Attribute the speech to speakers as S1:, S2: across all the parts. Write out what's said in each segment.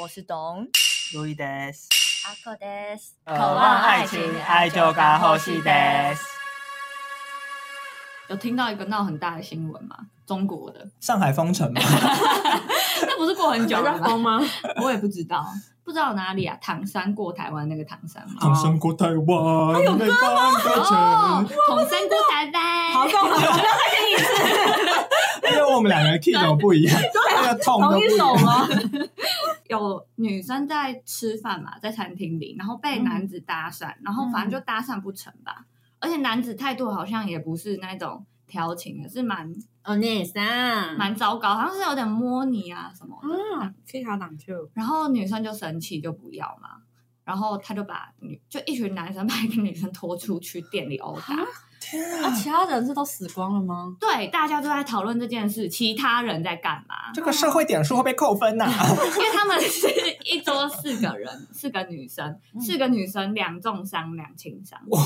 S1: 我是董
S2: 路易德斯，
S1: 阿克德斯，
S2: 渴望爱情，爱就该呼吸德斯。
S3: 有听到一个闹很大的新闻吗？中国的，
S2: 上海封城嘛，
S3: 那不是过很久了吗？
S4: 吗？
S3: 我也不知道，不知道哪里啊？唐山过台湾那个唐 山吗？
S2: 唐山过台湾，有歌
S3: 哦
S2: 吗，
S3: 统山过台湾，
S4: 好够了，
S2: 因为我们两个 key 怎么不一样？那个痛都
S4: 同
S2: 不
S4: 一
S2: 一
S4: 首
S2: 样。
S4: 吗？
S3: 哦 有女生在吃饭嘛，在餐厅里，然后被男子搭讪，
S2: 嗯
S3: 然后反正就搭讪不成吧。而且男子态度好像也不是那种调情的，是蛮
S4: 哦，那三
S3: 蛮糟糕，好像是有点摸你啊什么的。
S4: 嗯，去卡挡球，
S3: 然后女生就生气，就不要嘛。然后他就把女就一群男生把一个女生拖出去店里殴打，
S4: 那其他人是都死光了吗？
S3: 对，大家都在讨论这件事，其他人在干嘛？
S2: 这个社会点数会被扣分 呐、
S3: 因为他们是一桌四个人， 四个女生，四个女生两重伤两轻伤。
S2: 哇，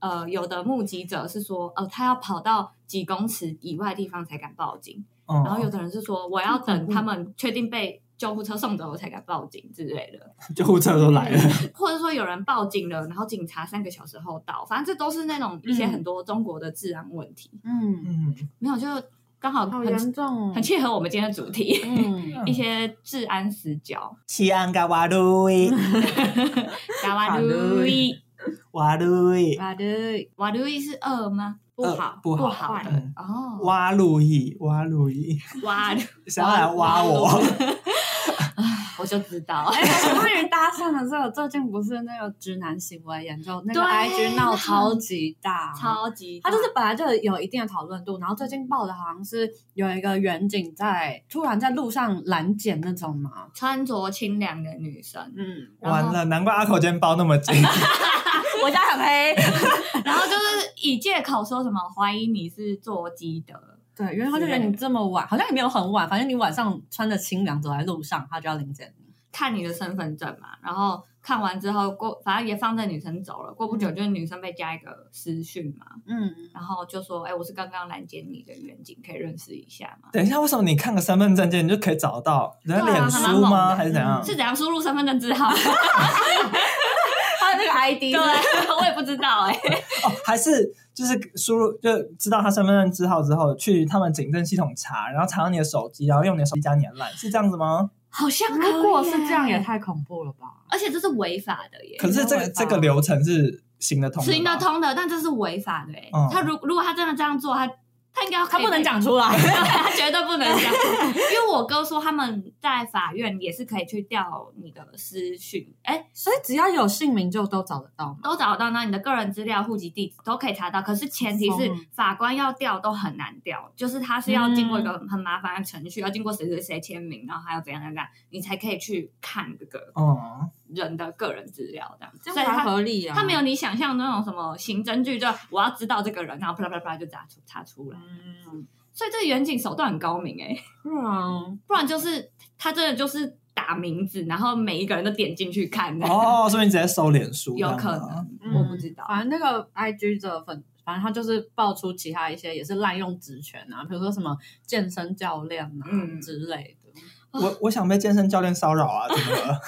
S3: 呃，有的目击者是说，呃，他要跑到几公尺以外的地方才敢报警，
S2: 嗯
S3: 然后有的人是说，我要等他们确定被救护车送走我才敢报警之类的，
S2: 救护
S3: 嗯
S2: 车都来了，
S3: 或者说有人报警了，然后警察三个小时后到，反正这都是那种一些很多中国的治安问题。
S4: 嗯，
S2: 嗯，
S3: 没有，就刚好
S4: 好
S3: 很
S4: 严重哦
S3: 很，切合我们今天的主题，
S4: 嗯，
S3: 一些治安死角。
S2: 西安噶瓦路伊，
S3: 嘎哇
S4: 好
S3: 路
S4: 的
S3: 易。
S2: 瓦路伊，
S4: 好的，
S3: 瓦卢伊是二吗？不
S2: 呃
S3: 好，
S2: 不
S3: 不
S2: 好
S3: 好的
S2: 嗯
S3: 哦。
S2: 瓦路易，瓦路易，
S3: 哇，
S2: 想要来挖我？
S3: 我就知 道，
S4: 哎，关于搭讪的这个，最近不是那个直男行为研究那个
S3: 对
S4: IG 闹超级大，
S3: 超级
S4: 他就是本来就有一定的讨论度，然后最近报的好像是有一个远景在突然在路上拦截那种嘛，
S3: 穿着清凉的女生，
S4: 嗯，
S3: 然
S2: 完
S3: 后
S2: 了，难怪阿口今天包那么紧。
S4: 我家很 黑，
S3: 然后就是以借口说什么怀疑你是做鸡的，
S4: 对，因为他就觉得你这么晚，好像也没有很晚，反正你晚上穿着清凉走在路上，他就要临检你。
S3: 看你的身份证嘛，然后看完之后过，反正也放着女生走了，过不久就是女生被加一个私讯嘛，
S4: 嗯，
S3: 然后就说，哎，我是刚刚拦截你的远景，可以认识一下吗？
S2: 等一下，为什么你看个身份证件你就可以找到？人家
S3: 对啊
S2: 脸
S3: 还蛮
S2: 书
S3: 猛
S2: 吗？
S3: 的
S2: 还是怎样？
S3: 是怎样输入身份证字号？
S4: 他的那个 ID，
S3: 对，我也不知道哎、
S2: 哦，还是就是输入就知道他身份证字号之后，去他们警政系统查，然后查到你的手机，然后用你的手机加年烂，是这样子吗？
S3: 好像可以
S4: 如果是
S3: 耶
S4: 这样也太恐怖了吧？
S3: 而且这是违法的耶，
S2: 可是这
S4: 没有
S2: 个
S4: 办法
S2: 这个流程是行得通的吗，
S3: 行得通的，但这是违法的耶。
S2: 嗯
S3: 他如如果他真的这样做，他他应该要
S4: 他不能，讲出 来，
S3: 他绝对不能讲，因为我哥说他们在法院也是可以去调你的私讯，哎，
S4: 所以只要有姓名就都找得到嘛。
S3: 都找到，那你的个人资料、户籍地址都可以查到。可是前提是
S4: 疯了
S3: 法官要调都很难调，就是他是要经过一个很麻烦的程序，要经过谁谁谁签名，然后还有怎样怎样怎样，你才可以去看这个
S2: 哦，
S3: 人的个人资料这样子。
S4: 这
S3: 所以
S4: 样才
S3: 他
S4: 合理啊！
S3: 他没有你想象的那种什么刑侦剧，就我要知道这个人，然后啪啦啪啦啪啦就查出查出来。
S4: 嗯，啊
S3: 所以这个远景手段很高明哎、
S4: 不然
S3: 不然就是他真的就是打名字，然后每一个人都点进去看的，
S2: 哦，所以你直接搜脸书，
S3: 有
S2: 这
S3: 可
S2: 样子啊
S3: 能、我不知道。
S4: 反正那个 IG 的粉，反正他就是爆出其他一些也是滥用职权啊，比如说什么健身教练啊、
S3: 嗯
S4: 之类的。
S2: 我我想被健身教练骚扰啊，怎么 了？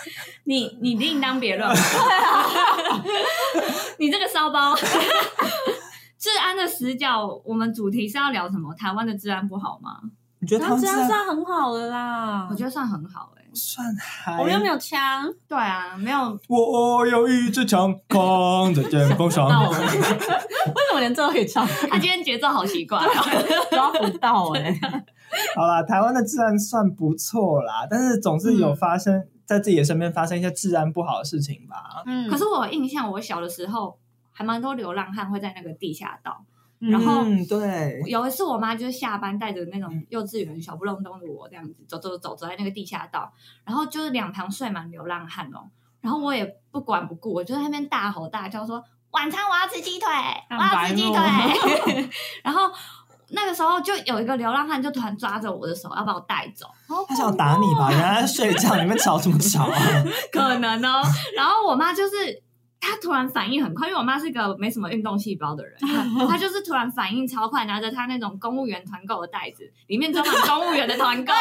S3: 你你另当别 论，啊 你这个骚包。 治安的死角，我们主题是要聊什么？台湾的治安不好吗？
S2: 你觉得
S4: 然
S2: 他
S4: 后
S2: 们
S4: 这
S2: 这
S4: 样
S2: 样
S4: 算很好的啦，
S3: 我觉得算很好哎、
S2: 算还？
S4: 我们又没有枪，
S3: 对啊，没有
S2: 我有一支枪，扛着剑锋
S4: 到我
S2: 爽。
S4: 们为什么连这都可以唱？
S3: 他今天节奏好奇怪、哦。
S4: 抓不 到哎、
S2: 好啦，台湾的治安算不错啦，但是总是有
S4: 嗯
S2: 发生、在自己的身边发生一些治安不好的事情吧。
S4: 嗯
S3: 可是我有印象，我小的时候还蛮多流浪汉会在那个地下道。然后
S2: 嗯，对，
S3: 有一次，我妈就是下班带着那
S2: 嗯
S3: 种幼稚园小不隆咚的我这样子走走走走在那个地下道，然后就是两旁睡满流浪汉哦，然后我也不管不顾，我就在那边大吼大叫说：“晚餐我要吃鸡腿，我要吃鸡
S2: 哦
S3: 腿。” 然后那个时候就有一个流浪汉就突然抓着我的手要把我带走，然后
S2: 他想 打你吧？人家在睡觉，你们吵什么吵啊？
S3: 可能哦。然后我妈就是。她突然反应很快，因为我妈是个没什么运动细胞的人，她她就是突然反应超快，拿着她那种公务员团购的袋子，里面装满公务员的团购，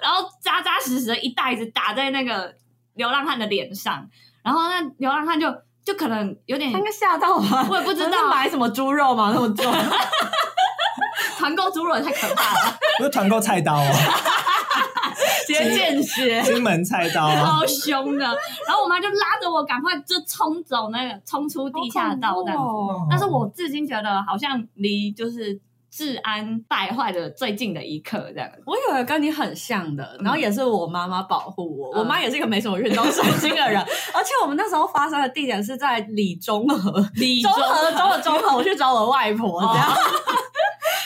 S3: 然后扎扎实实的一袋子打在那个流浪汉的脸上，然后那流浪汉就就可能有点
S4: 他应，该吓到吧？
S3: 我也不知
S4: 他是
S3: 道，
S4: 买什么猪肉嘛，那么 重，
S3: 团购猪肉也太可怕了，
S2: 不是团购菜刀哦，
S4: 直接见血。
S2: 金门菜刀哦，
S3: 超凶的。然后我妈就拉着我赶快就冲走那个，冲出地下道
S4: 哦
S3: 这样子。但是我至今觉得好像离就是治安败坏的最近的一刻这样。
S4: 我有一个跟你很像的，然后也是我妈妈保护我，
S3: 嗯
S4: 我妈也是一个没什么运动神经的 人，而且我们那时候发生的地点是在里中和，
S3: 李
S4: 中和中和中和，我去找我外婆这样，
S3: 哦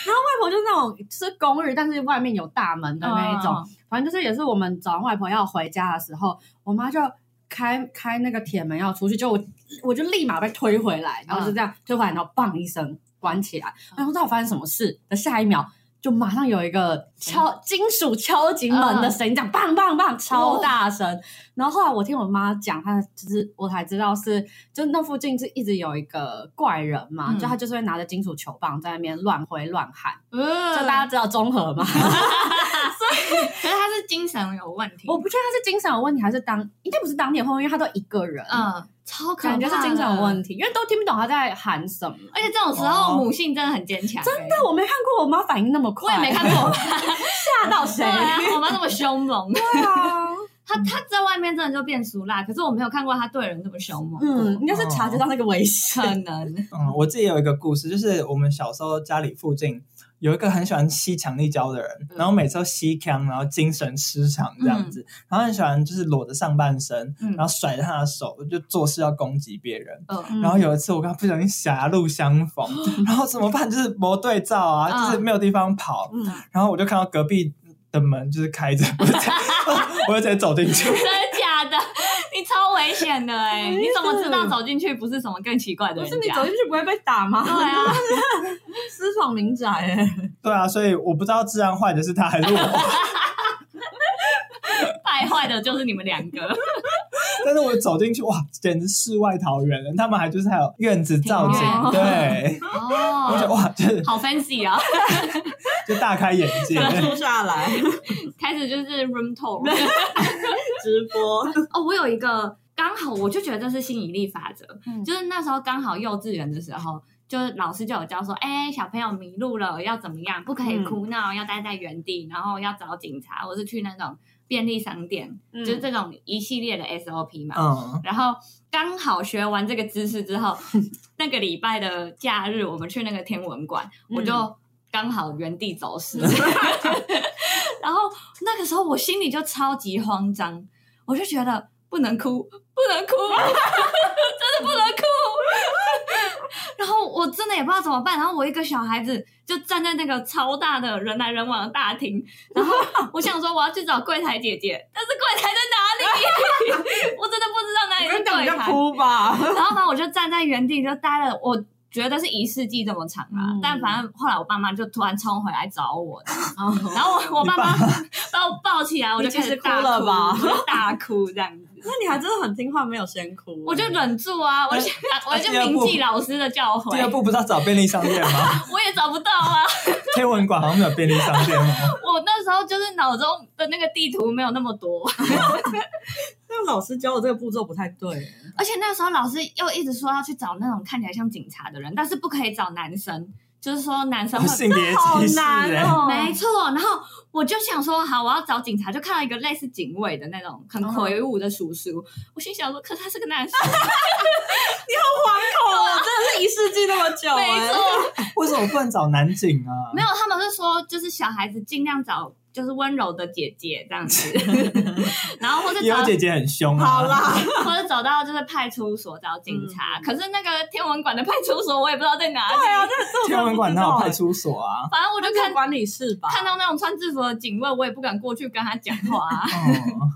S4: 然后外婆就那种是公寓，但是外面有大门的那一
S3: 嗯
S4: 种，反正就是也是我们早上外婆要回家的时候，我妈就开开那个铁门要出去，就我我就立马被推回来，然
S3: 嗯
S4: 后就这样推回来，然后砰一声关起来，然后到底发生什么事的下一秒。就马上有一个
S3: 嗯
S4: 敲金属敲击门的声音，这样棒棒棒，超大声。然后后来我听我妈讲，她就是我才知道是，就那附近是一直有一个怪人嘛，
S3: 嗯
S4: 就他就是会拿着金属球棒在那边乱挥乱喊，
S3: 嗯，
S4: 就大家知道综合嘛。
S3: 可是他是精神有问题，
S4: 我不确定他是精神有问题还是当应该不是当地婚，因为他都一个人，，
S3: 嗯，超可怕
S4: 感
S3: 的
S4: 觉是精神有问题，因为都听不懂他在喊什么。
S3: 而且这种时
S2: 哦
S3: 候母性真的很坚强、真
S4: 但我没看过我妈反应那么
S3: 我
S4: 快，
S3: 也没看过我妈，
S4: 吓到谁
S3: 对。啊，我妈那么凶猛，
S4: 对啊，
S3: 她她在外面真的就变俗辣，可是我没有看过她对人这么凶猛，
S4: 嗯，，应该是察觉到那个危险。
S3: 可 能，
S2: 嗯，我自己有一个故事，就是我们小时候家里附近有一个很喜欢吸强力胶的人，
S3: 嗯
S2: 然后每次都吸强，然后精神失常这样子，然后很喜欢就是裸着上半身，
S3: 嗯
S2: 然后甩着他的手，就做事要攻击别人。
S3: 嗯，
S2: 然后有一次我跟他不小心狭路相 逢，然后怎么办？就是没对照啊，
S3: 嗯
S2: 就是没有地方跑，
S4: 嗯
S2: 然后我就看到隔壁的门就是开着，我 就直接我就直接走进去。
S3: 真的假的？你超危险的哎、你怎么知道走进去不是什么更奇怪的
S4: 不
S3: 人
S4: 是你
S3: 家？
S4: 走进去不会被打吗？
S3: 对啊，
S4: 私闯民宅哎，
S2: 对啊，所以我不知道治安坏的是他还是我，
S3: 败坏的就是你们两个，
S2: 但是我走进去哇，简直世外桃源了。他们还就是还有院子造景
S3: 庭，院
S2: 对，我觉得
S3: 哦，
S2: 哇，就是
S3: 好 fancy 啊！
S2: 就大开眼界。
S4: 住下来
S3: 开始就是 room tour，
S4: 直 播，
S3: 哦，我有一个刚好，我就觉得这是吸引力法则，
S4: 嗯
S3: 就是那时候刚好幼稚园的时候，就是老师就有教说，哎、小朋友迷路了要怎么样，不可以
S4: 嗯
S3: 哭闹，要待在原地，然后要找警察，或是去那种便利商店，
S4: 嗯
S3: 就是这种一系列的 SOP 嘛。
S2: 嗯，
S3: 然后刚好学完这个知识之后， 那个礼拜的假日，我们去那个天文馆，
S4: 嗯
S3: 我就刚好原地走失。 然后那个时候我心里就超级慌张，我就觉得不能哭，不能哭， 真的不能哭。 然后我真的也不知道怎么办，然后我一个小孩子就站在那个超大的人来人往的大厅，然后我想说我要去找柜台姐姐，但是柜台在哪里？ 我真的不知道哪里
S4: 你
S3: 是
S4: 们等
S3: 柜
S4: 着
S3: 台。
S4: 哭吧。
S3: 然后呢，我就站在原地就待了，我觉得是一世纪这么长啦。
S4: 嗯
S3: 但反正后来我爸妈就突然冲回来找我，然后我我爸妈把我抱起来，我就开始大
S4: 你其实哭了吧
S3: 我就大哭这样子。
S4: 那你还真的很听话，没有先哭。
S3: 我就忍住啊，我就我就铭记老师的 教
S2: 第二
S3: 诲，
S2: 步不是要找便利商店吗？
S3: 我也找不到啊。
S2: 天文馆好像没有便利商店哦吗？
S3: 我那时候就是脑中的那个地图没有那么多，
S4: 那老师教我这个步骤不太对。
S3: 而且那时候老师又一直说要去找那种看起来像警察的人，但是不可以找男生，就是说男生会
S2: 性别歧视、欸，
S4: 哦
S3: 没错，然后我就想说，好，我要找警察，就看到一个类似警卫的那种很魁梧的叔叔，我心想说，可是他是个 男生，
S4: 惶恐啊，真的是一世纪那么久、欸，
S3: 没错，
S2: 为什么不能找男警啊？
S3: 没有，他们是说，就是小孩子尽量找就是温柔的姐姐这样 子，然后或者
S2: 也
S3: 找
S2: 有姐姐很凶啊。
S4: 好啦，
S3: 或者走到就是派出所找警察，
S4: 嗯
S3: 可是那个天文馆的派出所我也不知道在哪里，
S4: 对啊，这是
S2: 天文馆哪有派出 所啊？，
S3: 反正我就看
S4: 管理室吧？
S3: 看到那种穿制服的警卫，我也不敢过去跟他讲话、啊
S2: 嗯，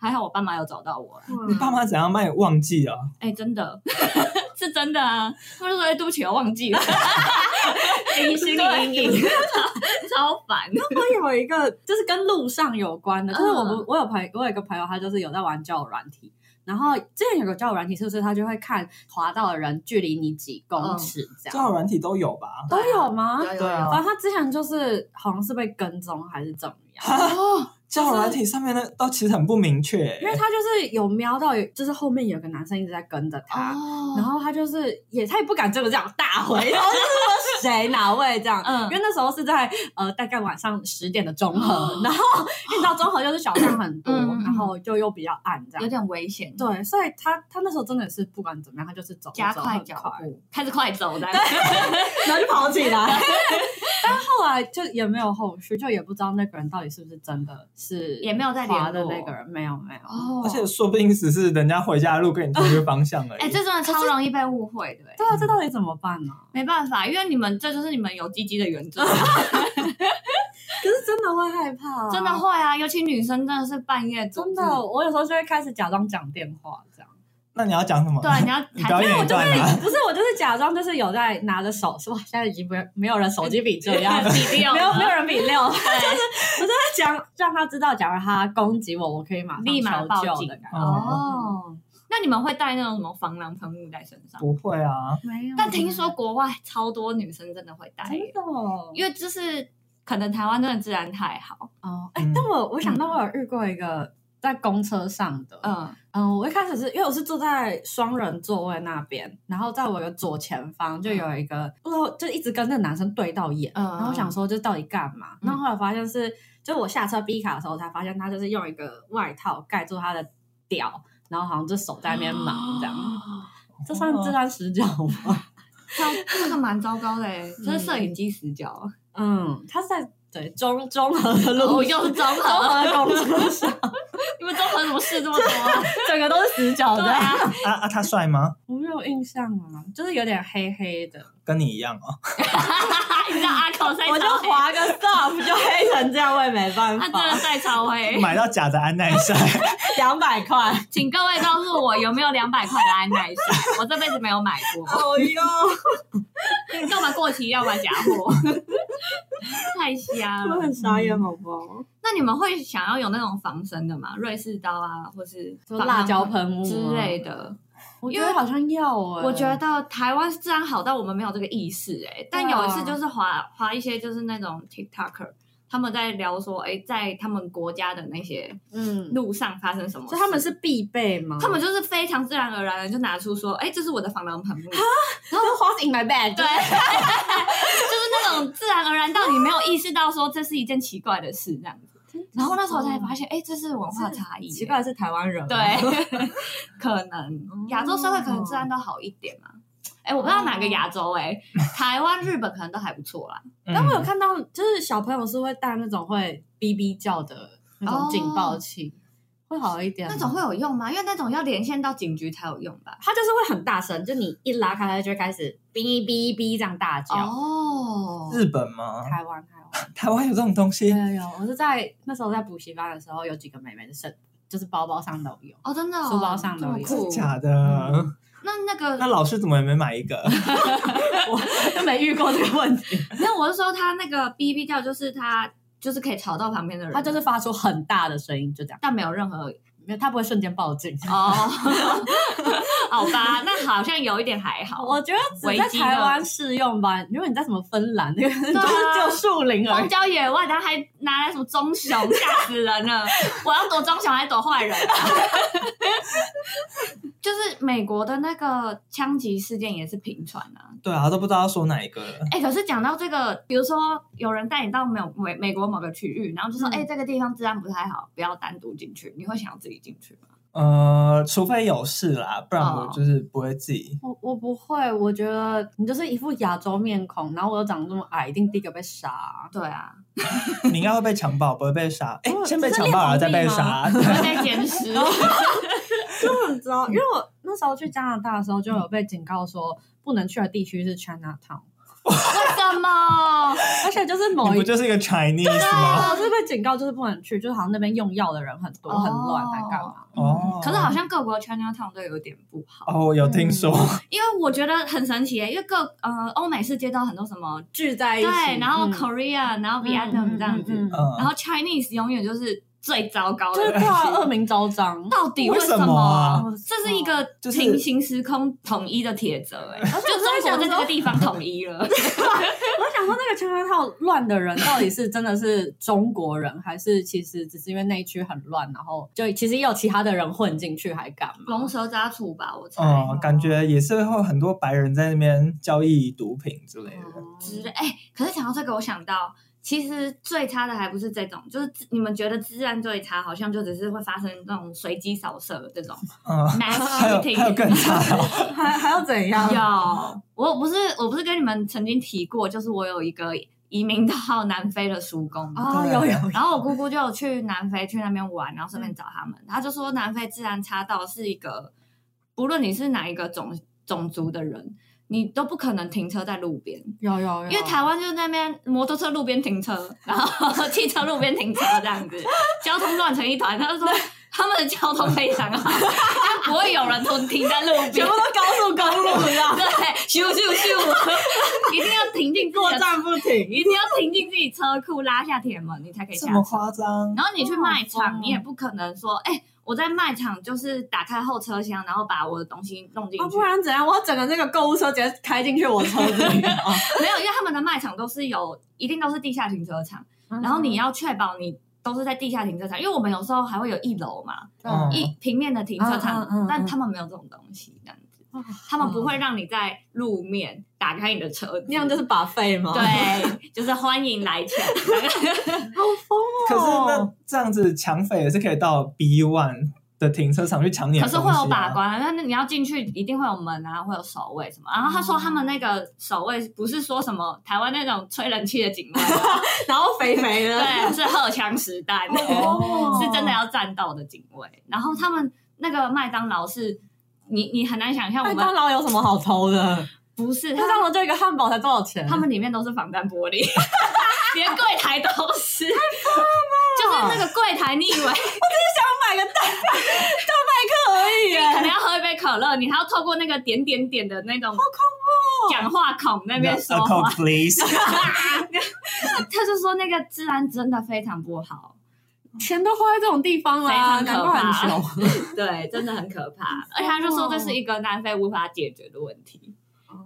S3: 还好我爸妈有找到我、啊。
S2: 你爸妈怎样卖忘记啊了？
S3: 哎、真的 是真的啊！他们就说：“哎，对不起，我忘记了。
S4: 你心理 阴影。”
S3: 超烦。
S4: 我有一个就是跟路上有关的，就是我
S3: 嗯
S4: 我有朋我有一个朋友，他就是有在玩交友软体，然后之前有个交友软体，是不是它就会看滑到的人距离你几公尺
S2: 嗯
S4: 这
S2: 交
S4: 样？
S2: 友软体都有吧？
S4: 都有吗？
S1: 有有
S2: 对啊
S1: 有，
S4: 反正他之前就是好像是被跟踪还是怎么样，
S3: 哦，
S2: 交友软体上面的都其实很不明确、欸
S4: 因为他就是有瞄到有，就是后面有个男生一直在跟着他，
S2: 哦
S4: 然
S3: 然
S4: 后他就是也他也不敢真的这样大 回，然后就是说谁哪位这样，
S3: 嗯
S4: 因为那时候是在呃大概晚上十点的中和，然后因为你知道中和就是小巷很多，
S3: 嗯嗯嗯
S4: 然后就又比较暗这
S3: 有
S4: 样。
S3: 点危险，
S4: 对，所以他他那时候真的是不管怎么样，他就是走
S3: 加
S4: 走
S3: 快
S4: 很
S3: 脚步，开始快走的，
S4: 然后就跑起来。但后来就也没有后续，就也不知道那个人到底是不是真的是
S3: 也没有再联
S4: 滑
S3: 络
S4: 的那个人，没有没有。
S3: 哦
S2: 而且说不定只是人家回家的路跟你同一个方向 而已。
S3: 哎，这真的超容易被误会的，哎
S4: 对啊，这到底怎么办呢、
S3: 没办法，因为你们这就是你们有鸡鸡的原则，
S4: 可是真的会害怕、
S3: 真的会啊，尤其女生真的是半夜走
S4: 哦真的，哦
S3: 路
S4: 我有时候就会开始假装讲电话这样。
S2: 那你要讲什么？
S4: 啊
S3: 对，你要
S2: 你表
S3: 还。
S2: 演一段啊！
S4: 不是，我就是假装就是有在拿着手，哇，现在已经没有没有人手机比这 样
S3: 比六，
S4: 没有没有人比六，就是我就会讲让他知道，假如他攻击我，我可以马上
S3: 立马
S4: 求
S3: 报
S4: 救
S3: 警
S4: 的感觉。
S2: 哦，
S3: 哦。那你们会带那种什么防狼喷雾在身上？
S2: 不会啊，
S4: 没有
S3: 但听说国外超多女生真的会带耶，
S4: 真的哦，
S3: 因为就是可能台湾真的治安太好，
S4: 哦，哎、
S2: 嗯
S4: 但我我想到我有遇过一个在公车上的，嗯
S3: 嗯
S4: 嗯，我一开始是因为我是坐在双人座位那边，然后在我的左前方就有一个，不知道就一直跟那个男生对到眼，
S3: 嗯，
S4: 然后我想说这到底干嘛？
S3: 嗯
S4: 然后后来发现是，就我下车 B 卡的时候才发现他就是用一个外套盖住他的屌。然后好像就手在那边忙这样，
S3: 哦
S4: 这算这算死角吗？
S3: 这这个蛮糟糕的耶，这是摄影机死角，啊
S4: 嗯，他是在对中中和的路，
S3: 我哦又是综
S4: 中
S3: 合，
S4: 和的公车上，
S3: 你们综合怎么事这么多啊？
S4: 整个都是死角
S3: 对
S4: 的。
S3: 啊，
S2: 啊啊，他帅吗？
S4: 我没有印象啊，就是有点黑黑的，
S2: 跟你一样哦。
S3: 你知道阿口在啊
S4: 我就划个 stop 就黑成这样，我也没办
S3: 他真
S4: 法
S3: 的，在超
S4: 哎
S3: 黑，
S2: 买到假的安耐晒，
S4: 两百块。
S3: 请各位告诉我有没有两百块的安耐晒， 我这辈子没有买过。
S4: 哦哟，
S3: 要么过期，要么假货， 太瞎
S4: 我
S3: 了。
S4: 很傻眼，好不好？
S3: 那你们会想要有那种防身的吗？瑞士刀啊，或是
S4: 就辣椒喷雾啊
S3: 之类，的？
S4: 我觉得好像要哎，
S3: 我觉得台湾治安好到我们没有这个意识哎、但
S4: 啊
S3: 有一次就是滑滑一些就是那种 TikToker，他们在聊说哎、在他们国家的那些
S4: 嗯，
S3: 路上发生什么事，
S4: 所以他们是必备吗？
S3: 他们就是非常自然而然的就拿出说哎、这是我的防狼喷雾，
S4: 然后 what's in my bag？
S3: 对，就是那种自然而然到你没有意识到说这是一件奇怪的哦事这样子。然后那时候才发现，哎、这是文化差异。
S4: 奇怪，的是台湾人，
S3: 对，可能亚洲社会可能治安都好一点嘛。哎、我不知道哪个亚洲、哎、台湾、日本可能都还不错啦。
S4: 但我有
S2: 嗯
S4: 看到，就是小朋友是会带那种会哔哔叫的那种警报器，会好一点 吗。
S3: 哦那种会有用吗？因为那种要连线到警局才有用吧。
S4: 它就是会很大声，就你一拉开，它就会开始哔哔哔这样大叫。
S3: 哦，
S2: 日本吗？
S4: 台湾，台湾
S2: 台湾有这种东西？
S4: 有有有，我是在那时候在补习班的时候，有几个妹妹就是就是包包上都有。
S3: 哦，真的、哦，
S4: 书包上
S3: 这
S4: 都
S3: 么
S4: 有
S2: 真
S3: 酷
S2: 的。假的
S4: 嗯？
S3: 那那个
S2: 那老师怎么也没买一个？
S4: 我 就没遇过这个问题。
S3: 没有，我是说他那个哔哔叫，就是他就是可以吵到旁边的人，
S4: 他就是发出很大的声音，就这样，
S3: 但没有任何
S4: 没有，他不会瞬间报警。
S3: 哦， 好吧，那好像有一点还好。
S4: 我觉得只在台湾适用吧。如果你在什么芬兰，那个 就是
S3: 啊
S4: 只有树林而
S3: 荒
S4: 已。
S3: 郊野外，然后还拿来什么棕熊，吓死人 了！我要躲棕熊还是躲坏人、 啊？就是美国的那个枪击事件也是频传啊。
S2: 对啊，都不知道要说哪一个了。
S3: 哎、可是讲到这个，比如说有人带你到美美美国某个区域，然后就说：“
S4: 嗯
S3: 哎、这个地方治安不太好，不要单独进去。”你会想要自己进去吗？
S2: 呃，除非有事啦，不然我
S3: 哦
S2: 就是不会自己。
S4: 我我不会，我觉得你就是一副亚洲面孔，然后我又长这么矮，一定第一个被杀啊。
S3: 对啊，
S2: 你应该会被强暴，不会被杀。哎，
S4: 哦
S2: 先被
S4: 这是
S2: 强暴，然后再
S4: 恋
S2: 被
S4: 童癖
S2: 杀
S4: 吗。
S3: 会在捡 尸。
S4: 就很糟，因为我那时候去加拿大的时候，就有被警告说不能去的地区是 China Town，
S3: 为什么？
S4: 而且就是
S3: 哦
S4: 某
S2: 你
S4: 一
S2: 不就是一个
S3: 啊
S2: Chinese 吗？
S4: 我是被警告，哦就是不能去，就是好像那边用药的人很多，
S3: 哦
S4: 很乱，还干嘛？
S2: 哦，
S3: 可是好像各国 China Town 都有点不好，
S2: 哦，有听说，
S3: 因为我觉得很神奇耶，因为各呃欧美世界都有很多什么
S4: 聚在一起，
S3: 对，然后
S4: 嗯
S3: Korea，、然后 Vietnam 这样子，哦
S4: 嗯嗯嗯嗯
S2: 嗯，
S3: 然后 Chinese 永远就是最糟糕
S4: 就是
S3: 的。
S4: 挂恶名 昭彰。
S3: 到底
S2: 为
S3: 什
S2: 什么啊
S3: 这是一个
S2: 就是
S3: 平行时空统一的铁则、哎，
S4: 哦而且
S3: 就中国在
S4: 我在
S3: 这
S4: 想
S3: 个
S4: 说，
S3: 地方统一了。
S4: 我在想说，那个圈圈套乱的人到底是真的是中国人，还是其实只是因为那一区很乱，然后就其实也有其他的人混进去，还干 嘛？
S3: 龙蛇杂处吧，我猜。
S4: 哦
S2: 嗯，感觉也是会有很多白人在那边交易毒品之类的。
S3: 之类。哎、可是讲到这个，我想到，其实最差的还不是这种，就是自你们觉得治安最差，好像就只是会发生那种随机扫射这 种
S2: 嗯，
S3: mass
S2: 还有
S3: shooting。
S2: 还有更差哦，
S4: 还还要怎样？
S3: 有，我不是我不是跟你们曾经提过，就是我有一个移民到 南非的叔公吗
S4: 啊，
S2: 对
S4: 有有，
S3: 然后我姑姑哦就有去南非去那边玩，然后顺
S2: 嗯
S3: 便找他们。他就说南非治安差到是一个，不论你是哪一个种种族的人，你都不可能停车在路边，
S4: 有有有，
S3: 因为台湾就是那边摩托车路边停车， 然后汽车路边停车这样 子，交通乱成一团。他就说他们的交通非常好， 他不会有人停停在路边
S4: 全部。都高速公路啦，
S3: 对，咻咻咻，一定要停进自己
S4: 过
S3: 的 车，
S4: 站不停。
S3: 一定要停进自己车库，拉下铁门，你才可以
S2: 这
S3: 下
S2: 么
S3: 车。
S2: 夸张？
S3: 然后你去卖场，
S4: 哦
S3: 你也不可能说，哎、我在卖场就是打开后车厢，然后把我的东西弄进
S4: 啊，
S3: 去
S4: 不。然怎样？我整个那个购物车直接开进去我车 子里。
S3: 没有，因为他们的卖场都是有，一定都是地下停车场，
S4: 嗯
S3: 然后你要确保你都是在地下停车场，因为我们有时候还会有一楼嘛，
S2: 嗯
S3: 一平面的停车场，
S4: 嗯嗯嗯嗯
S3: 但他们没有这种东西，这样子，他们不会让你在路面打开你的车子，
S4: 那样就是把费吗？，
S3: 对， 就是欢迎来 抢。
S4: 好疯哦！
S2: 可是那这样子抢匪也是可以到 B one 的停车场去抢你的
S3: 可
S2: 东
S3: 是
S2: 西啊、
S3: 会有把关，那
S4: 啊
S3: 你要进去一定会有门啊，会有守卫什么。然后他
S4: 嗯
S3: 说他们那个守卫不是说什么台湾那种吹冷气的警卫，
S4: 然后肥肥的，
S3: 对，是荷枪实弹，
S4: 哦
S3: 是真的要战斗的警卫。然后他们那个麦当劳是。你你很难想象，我
S4: 麦
S3: 们
S4: 当劳有什么好偷的？
S3: 不是
S4: 麦
S3: 他
S4: 当劳就一个汉堡才多少钱？
S3: 他们里面都是防弹玻璃， 连柜台都是，就是那个柜台，你以为
S4: 买个大大麦克而已
S3: 你
S4: 耶，
S3: 可能要喝一杯可乐，你还要透过那个点点点的那种，好恐怖、
S4: 哦
S3: 讲话孔那边说
S2: A
S3: 话啊
S2: call。please，
S3: 他就说那个治安真的非常不好，
S4: 钱都花在这种地方啦，
S3: 非常
S4: 难
S3: 可
S4: 怪
S3: 怕
S4: 很穷。
S3: 对，真的很可怕。 哦而且他就说这是一个南非无法解决的问题，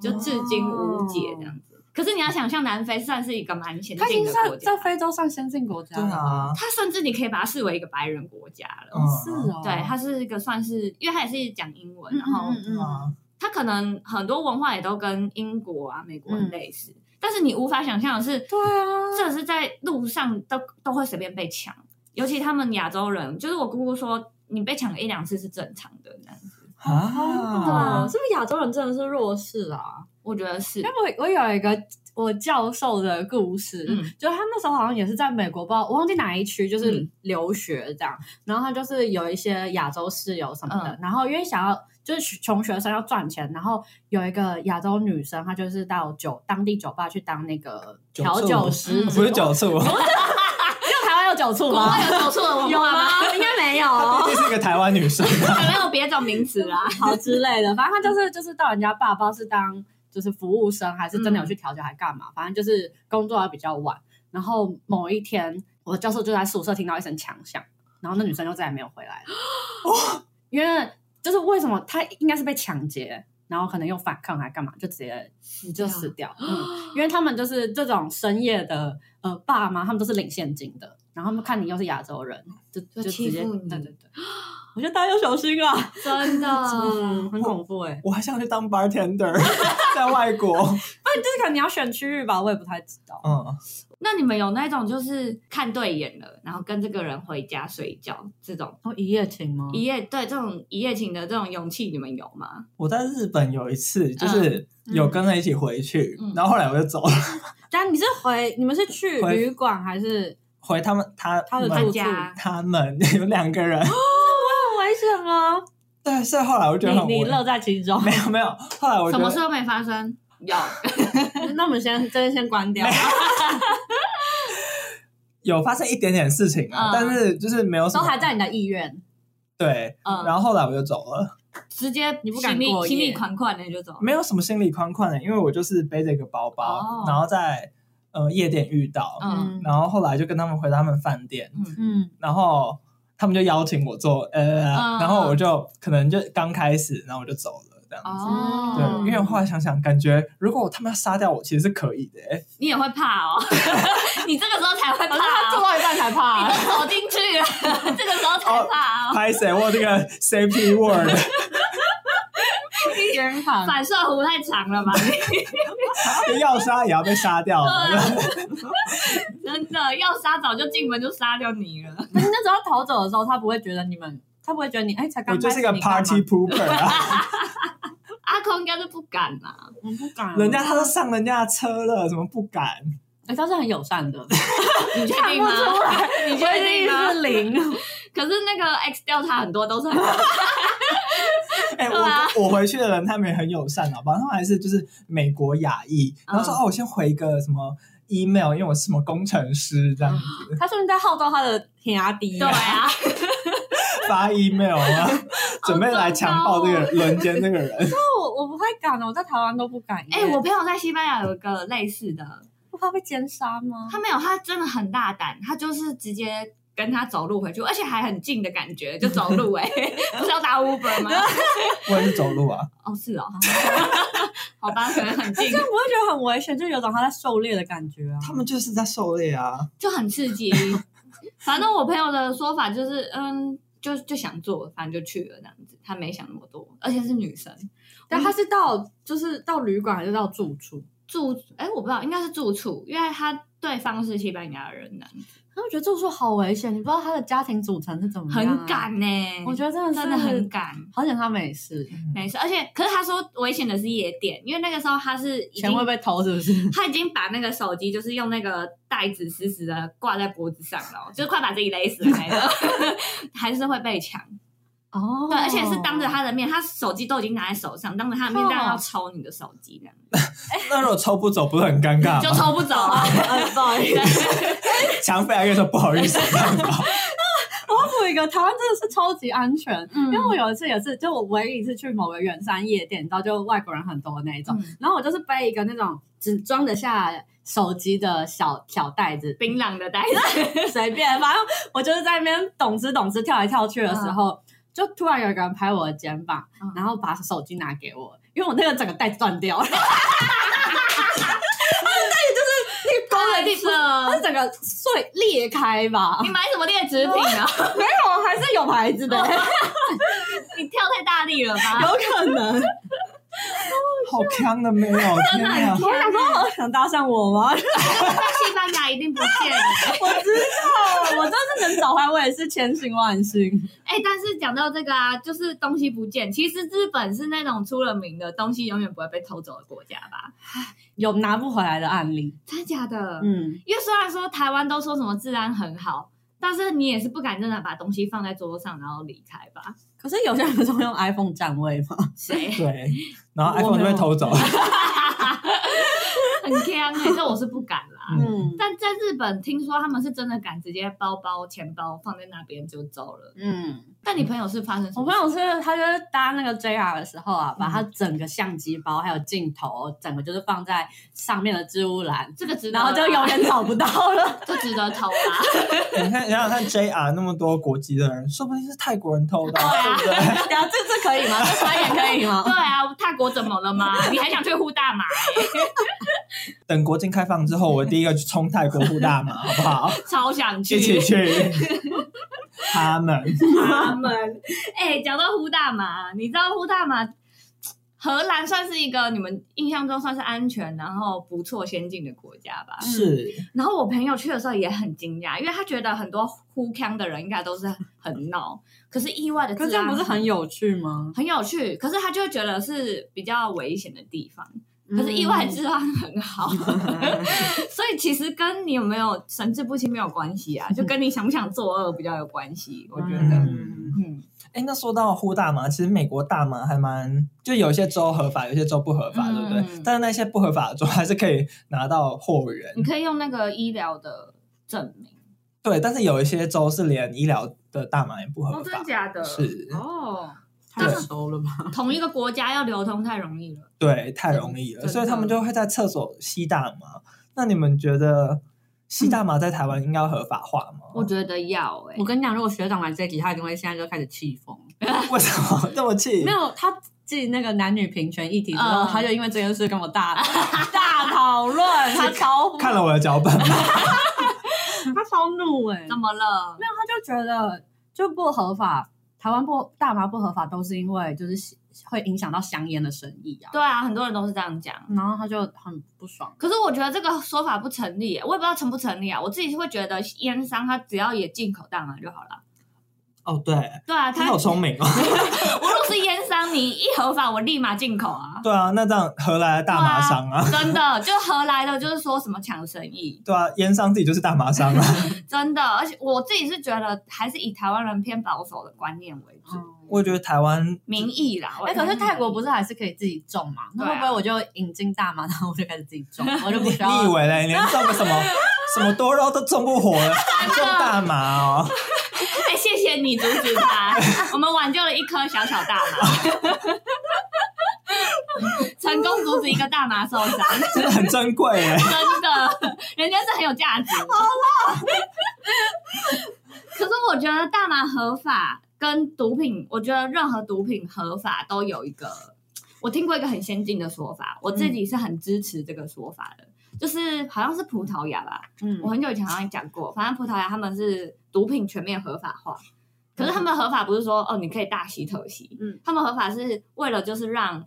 S3: 就至今无解这样子。可是你要想象，南非算是一个蛮先
S4: 他已
S3: 进
S4: 经
S3: 的
S4: 算
S3: 国家
S4: 在，非洲算先进国家
S2: 对
S4: 了。
S2: 啊，
S3: 他甚至你可以把它视为一个白人国家了。
S2: 嗯
S4: 是哦，
S3: 对，它是一个算是，因为它也是讲英文，
S4: 嗯
S3: 然后
S4: 嗯嗯嗯，
S2: 啊，
S3: 它可能很多文化也都跟英国啊、美国很类似，但是你无法想象的是，
S4: 对啊，
S3: 这是在路上都都会随便被抢，尤其他们亚洲人，就是我姑姑说，你被抢个一两次是正常的，这样子对啊
S2: 啊，
S4: 是不是亚洲人真的是弱势啊？
S3: 我觉得是
S4: 因，为我我有一个我教授的故事，
S3: 嗯
S4: 就他那时候好像也是在美国，不知道我忘记哪一区，就是留学这样。然后他就是有一些亚洲室友什么的，然后因为想要就是穷学生要赚钱，然后有一个亚洲女生，她就是到酒当地酒吧去当那个
S2: 酒
S4: 调
S2: 助
S4: 酒师，
S3: 嗯
S2: 不是酒醋，
S4: 因为台湾有酒醋
S3: 国
S4: 吗
S3: 外？有走错的文
S4: 有
S3: 化
S4: 吗
S3: 吗？？
S4: 应该没有。
S2: 这是一个台湾女生 啊，
S3: 可能有别种名词 啦。
S4: 好之类的，反正他就是就是到人家爸爸是当就是服务生，还是真的有去调酒，还干嘛？反正就是工作要比较晚。然后某一天，我的教授就在宿舍听到一声枪响，然后那女生就再也没有回来了。因为就是为什么她应该是被抢劫，然后可能又反抗还干嘛，就直接你就死掉。嗯，因为他们就是这种深夜的呃爸妈，他们都是领现金的，然后他们看你又是亚洲人，就
S3: 就
S4: 就直接
S3: 欺负你
S4: 对对对，我觉得大家要小心啊。
S3: 真的，
S4: 嗯，很恐怖哎、
S2: 我还想去当 bartender，在 外国，
S4: 不然就是可能你要选区域吧，我也不太知道。
S2: 嗯，
S3: 那你们有那种就是看对眼了，然后跟这个人回家睡觉这种
S4: 哦，一夜情吗
S3: 一夜对这种一夜情的这种勇气，你们有吗？
S2: 我在日本有一次就是有跟着一起回去
S3: 嗯，
S2: 然后后来我就走了，
S4: 但你是回你们是去
S2: 回
S4: 旅馆还是
S2: 回他们他
S4: 他的
S2: 们
S4: 住
S3: 他
S4: 处？
S3: 家
S2: 他们 有两个人，
S4: 很危险啊！
S2: 对，所以后来我就觉得很
S4: 你你
S2: 无聊
S4: 乐在其中。
S2: 没有没有，后来我
S3: 什
S2: 觉
S3: 么事
S2: 得
S3: 都没发生，有
S4: 那我们先真的先关掉，
S2: 有发生一点点事情
S3: 嗯，
S2: 啊但是就是没有什
S4: 都
S2: 么
S4: 还在你的意愿。
S2: 对，
S3: 嗯
S2: 然后后来我就走了，
S3: 直接
S4: 你不敢
S3: 心里
S4: 过夜
S3: 心里款款的就走了。
S2: 没有什么心理宽宽的，因为我就是背着一个包包
S3: 哦，
S2: 然后在呃夜店遇到，
S3: 嗯
S2: 然后后来就跟他们回他们饭店，
S3: 嗯
S4: 嗯
S2: 然后他们就邀请我做，呃，
S3: 嗯
S2: 然后我就可能就刚开始，然后我就走了这样
S4: 嗯
S2: 子。
S3: 哦，
S2: 对，因为我后来想想，感觉如果他们要杀掉我，其实是可以的、欸。
S3: 你也会怕哦， 你这个时候才会
S4: 可是他
S3: 怕
S4: 做
S3: 哦、
S4: 到一半才 怕、
S3: 你都走进去了，这个时候才怕哦。
S2: 拍谁？我有这个 safety word，
S4: 天堂
S3: 反射弧太长了吧？
S2: 要杀也要被杀 掉。
S4: 嗯
S3: 真的要杀早就进门就杀掉你了。
S4: 可 是那时候逃走的时候，他不会觉得你们，他不会觉得你，哎、才
S2: 我
S4: 刚开
S2: 就
S4: 始
S2: 是
S4: 你
S2: 个
S4: 干嘛，
S2: party pooper 啊！
S3: 阿空应该是不敢啦，
S4: 我不敢，啊
S2: 人家他都上人家的车了，怎么不敢？
S4: 哎、他是很友善的，
S3: 你确定吗？你确定吗？
S4: 是零，
S3: 可是那个 X 调查很多都是很
S4: 啊
S2: 哎、
S3: 对啊
S2: 我我回去的人他们也很友善，好吧？他们还是就是美国亚裔，然后说、
S3: 嗯
S2: 哦，我先回一个什么 email，因为我是什么工程师这
S4: 嗯
S2: 样子，
S4: 他说你在号召他的天涯敌
S3: 对啊，
S2: 发 email 啊，准备来强暴这个人，轮奸这个人。
S4: 我我不太敢啊的，我在台湾都不敢耶。
S3: 哎、我朋友在西班牙有一个类似的，
S4: 不怕被奸杀吗？
S3: 他没有，他真的很大胆，他就是直接跟他走路回去，而且还很近的感觉，就走路哎、 不是要搭 Uber 吗？
S2: 我也是走路啊，
S3: 哦，是哦， 好吧，可能很近
S4: 这，样不会觉得很危险，就有种他在狩猎的感觉啊。
S2: 他们就是在狩猎啊。
S3: 就很刺激。反正我朋友的说法就是，嗯，就就想做，反正就去了这样子，他没想那么多，而且是女生
S4: 但他是到就是到旅馆还是到住处？
S3: 住，哎、我不知道，应该是住处，因为他对方是西班牙人啊呢，
S4: 然后我觉得住处好危险，你不知道他的家庭组成是怎么样、啊
S3: 很，敢呢、
S4: 我觉得真的是
S3: 真的很敢。
S4: 好险他没事，
S3: 没事，而且可是他说危险的是夜店，因为那个时候他是已经
S4: 钱会被偷是不是？
S3: 他已经把那个手机就是用那个带子死死的挂在脖子上了，哦就是快把自己勒死了那种， 还是会被抢。
S4: 哦，
S3: 对，而且是当着他的面，他手机都已经拿在手上，当着他的面
S4: 哦
S3: 当然要抽你的手机，这样
S2: 那如果抽不走，不是很尴尬
S3: 就
S2: 吗？
S3: 抽不走啊。
S4: 不好意思，
S2: 强匪还可以说不好意思， 这样子吧
S4: 我要补一个，台湾真的是超级安全，
S3: 嗯
S4: 因为我有一次也是，就我唯一一次去某个远山夜店，你知道就外国人很多那一种，
S3: 嗯，
S4: 然后我就是背一个那种只装得下手机的小小袋子
S3: 槟榔的袋 子，
S4: 随便，反正我就是在那边懂吃懂吃跳来跳去的时候，就突然有一个人拍我的肩膀，
S3: 嗯
S4: 然后把手机拿给我，因为我那个整个袋子断掉了，它的袋
S3: 太
S4: 子就是那个功能地它
S3: 扯！
S4: 是整个碎裂开吧
S3: 你？买什么劣质品 啊？
S4: 没有，还是有牌子的，
S3: 你跳太大力了吧？
S4: 哦有可能。
S2: 好强的没有，天哪！
S4: 我想说，想搭讪我吗？
S3: 在西班牙一定不见你。
S4: 我知道，我真的是能找回来，我也是千辛万辛。
S3: 哎、但是讲到这个啊，就是东西不见，其实日本是那种出了名的东西永远不会被偷走的国家吧？
S4: 有 拿不回来的案例，
S3: 真的假的？
S4: 嗯，
S3: 因为虽然说台湾都说什么治安很好，但是你也是不敢真的把东西放在桌上然后离开吧？
S4: 可是有些人不是会用 iPhone 占位吗？
S3: 谁
S2: 对，然后
S4: 我
S2: iPhone 就
S4: 没有
S2: 被偷走。
S3: 很强哎、这我是不敢啦。
S4: 嗯
S3: 但在日本，听说他们是真的敢直接包包、钱包放在那边就走了。
S4: 嗯，
S3: 但你朋友是发生什
S4: 我
S3: 么
S4: 朋
S3: 事？
S4: 友是，他就是搭那个 JR 的时候啊，把他整个相机包还有镜头，整个就是放在上面的置物篮，
S3: 这个值得
S4: 然
S3: 啦，
S4: 后就永远找不到 了。
S3: 就值得偷啦。
S2: 你看，想想看，JR 那么多国籍的人，说不定是泰国人偷的啊，
S3: 对啊
S2: 对不对？
S4: 然后这这可以吗？这表演可以
S3: 对
S4: 吗？
S3: 啊，泰国怎么了吗？你还想去呼大麻、
S2: 等国境开放之后，我第一个去冲泰国护大麻，好不好？
S3: 超想去。
S2: 一起去。他们
S5: 嗯
S3: 他们。哎、讲到呼大麻，你知道呼大麻，荷兰算是一个你们印象中算是安全，然后不错先进的国家吧？
S2: 是
S3: 然后我朋友去的时候也很惊讶，因为他觉得很多呼腔的人应该都是很闹，可是意外的，
S4: 可是这样不是很有趣吗？
S3: 很有趣，可是他就觉得是比较危险的地方。可
S4: 可
S3: 是意外治安很好， 所以其实跟你有没有神志不清没有关系啊，就跟你想不想作恶比较有关系，我觉得。
S2: 嗯
S3: 嗯，
S2: 哎，那说到呼大麻，其实美国大麻还蛮，就有些州合法，有些州不合法，
S3: 嗯
S2: 对不对？但是那些不合法的州还是可以拿到货源
S3: 你，可以用那个医疗的证明。
S2: 对。但是有一些州是连医疗的大麻也不
S4: 哦
S2: 合法，
S3: 假哦的
S2: 是
S3: 哦，
S4: 太熟了吧？
S3: 同一个国家要流通太容易了。
S2: 对，太容易了，
S3: 真的
S2: 所以他们就会在厕所吸大麻。那你们觉得吸大麻在台湾应该要合法化吗？
S3: 嗯我觉得要哎、
S4: 嗯我跟你讲，如果学长来这集，他一定会现在就开始气疯。
S2: 为什么这么气？
S4: 没有，他进那个男女平权议题之后，
S3: 嗯
S4: 他就因为这件事跟我大 大讨论，他超
S2: 看了我的脚本吗，
S4: 他超怒哎、欸，
S3: 怎么了？
S4: 没有，他就觉得就不合法，台湾不大麻不合法，都是因为就是吸会影响到香烟的生意啊。
S3: 对啊，很多人都是这样讲。
S4: 然后他就很不爽，
S3: 可是我觉得这个说法不成立耶，我也不知道成不成立啊。我自己是会觉得烟商他只要也进口大麻就好了。
S2: 哦，对，
S3: 对啊，
S2: 他
S3: 他
S2: 好聪明哦。
S3: 我若是烟商，你一合法，我立马进口啊。
S2: 对啊，那这样何来的大麻商啊？
S3: 真的，就何来的就是说什么抢生意，
S2: 对啊，烟商自己就是大麻商啊。
S3: 真的。而且我自己是觉得，还是以台湾人偏保守的观念为主，
S2: 我觉得台湾
S3: 民意啦。
S4: 哦哎、可是泰国不
S3: 是
S4: 是还是可以自己种嘛？那
S3: 对啊
S4: 会不会我就引进大麻，然后我就开始自己 种，我就
S2: 你
S4: 不需要？
S2: 你以为嘞？你连种个 什么什么多肉都种不活了，你种大麻哦？
S3: 哎， 谢谢你阻止他，我们挽救了一颗小小大麻， 成功阻止一个大麻受伤，
S2: 真的很珍贵耶。
S3: 真的，人家是很有价值。好了， 可是我觉得大麻合法跟毒品，我觉得任何毒品合法都有一个，我听过一个很先进的说法，我自己是很支持这个说法的，就是好像是葡萄牙吧，
S4: 嗯
S3: 我很久以前好像讲过，反正葡萄牙他们是毒品全面合法化，可是他们合法不是说哦你可以大吸特吸，
S4: 嗯
S3: 他们合法是为了就是让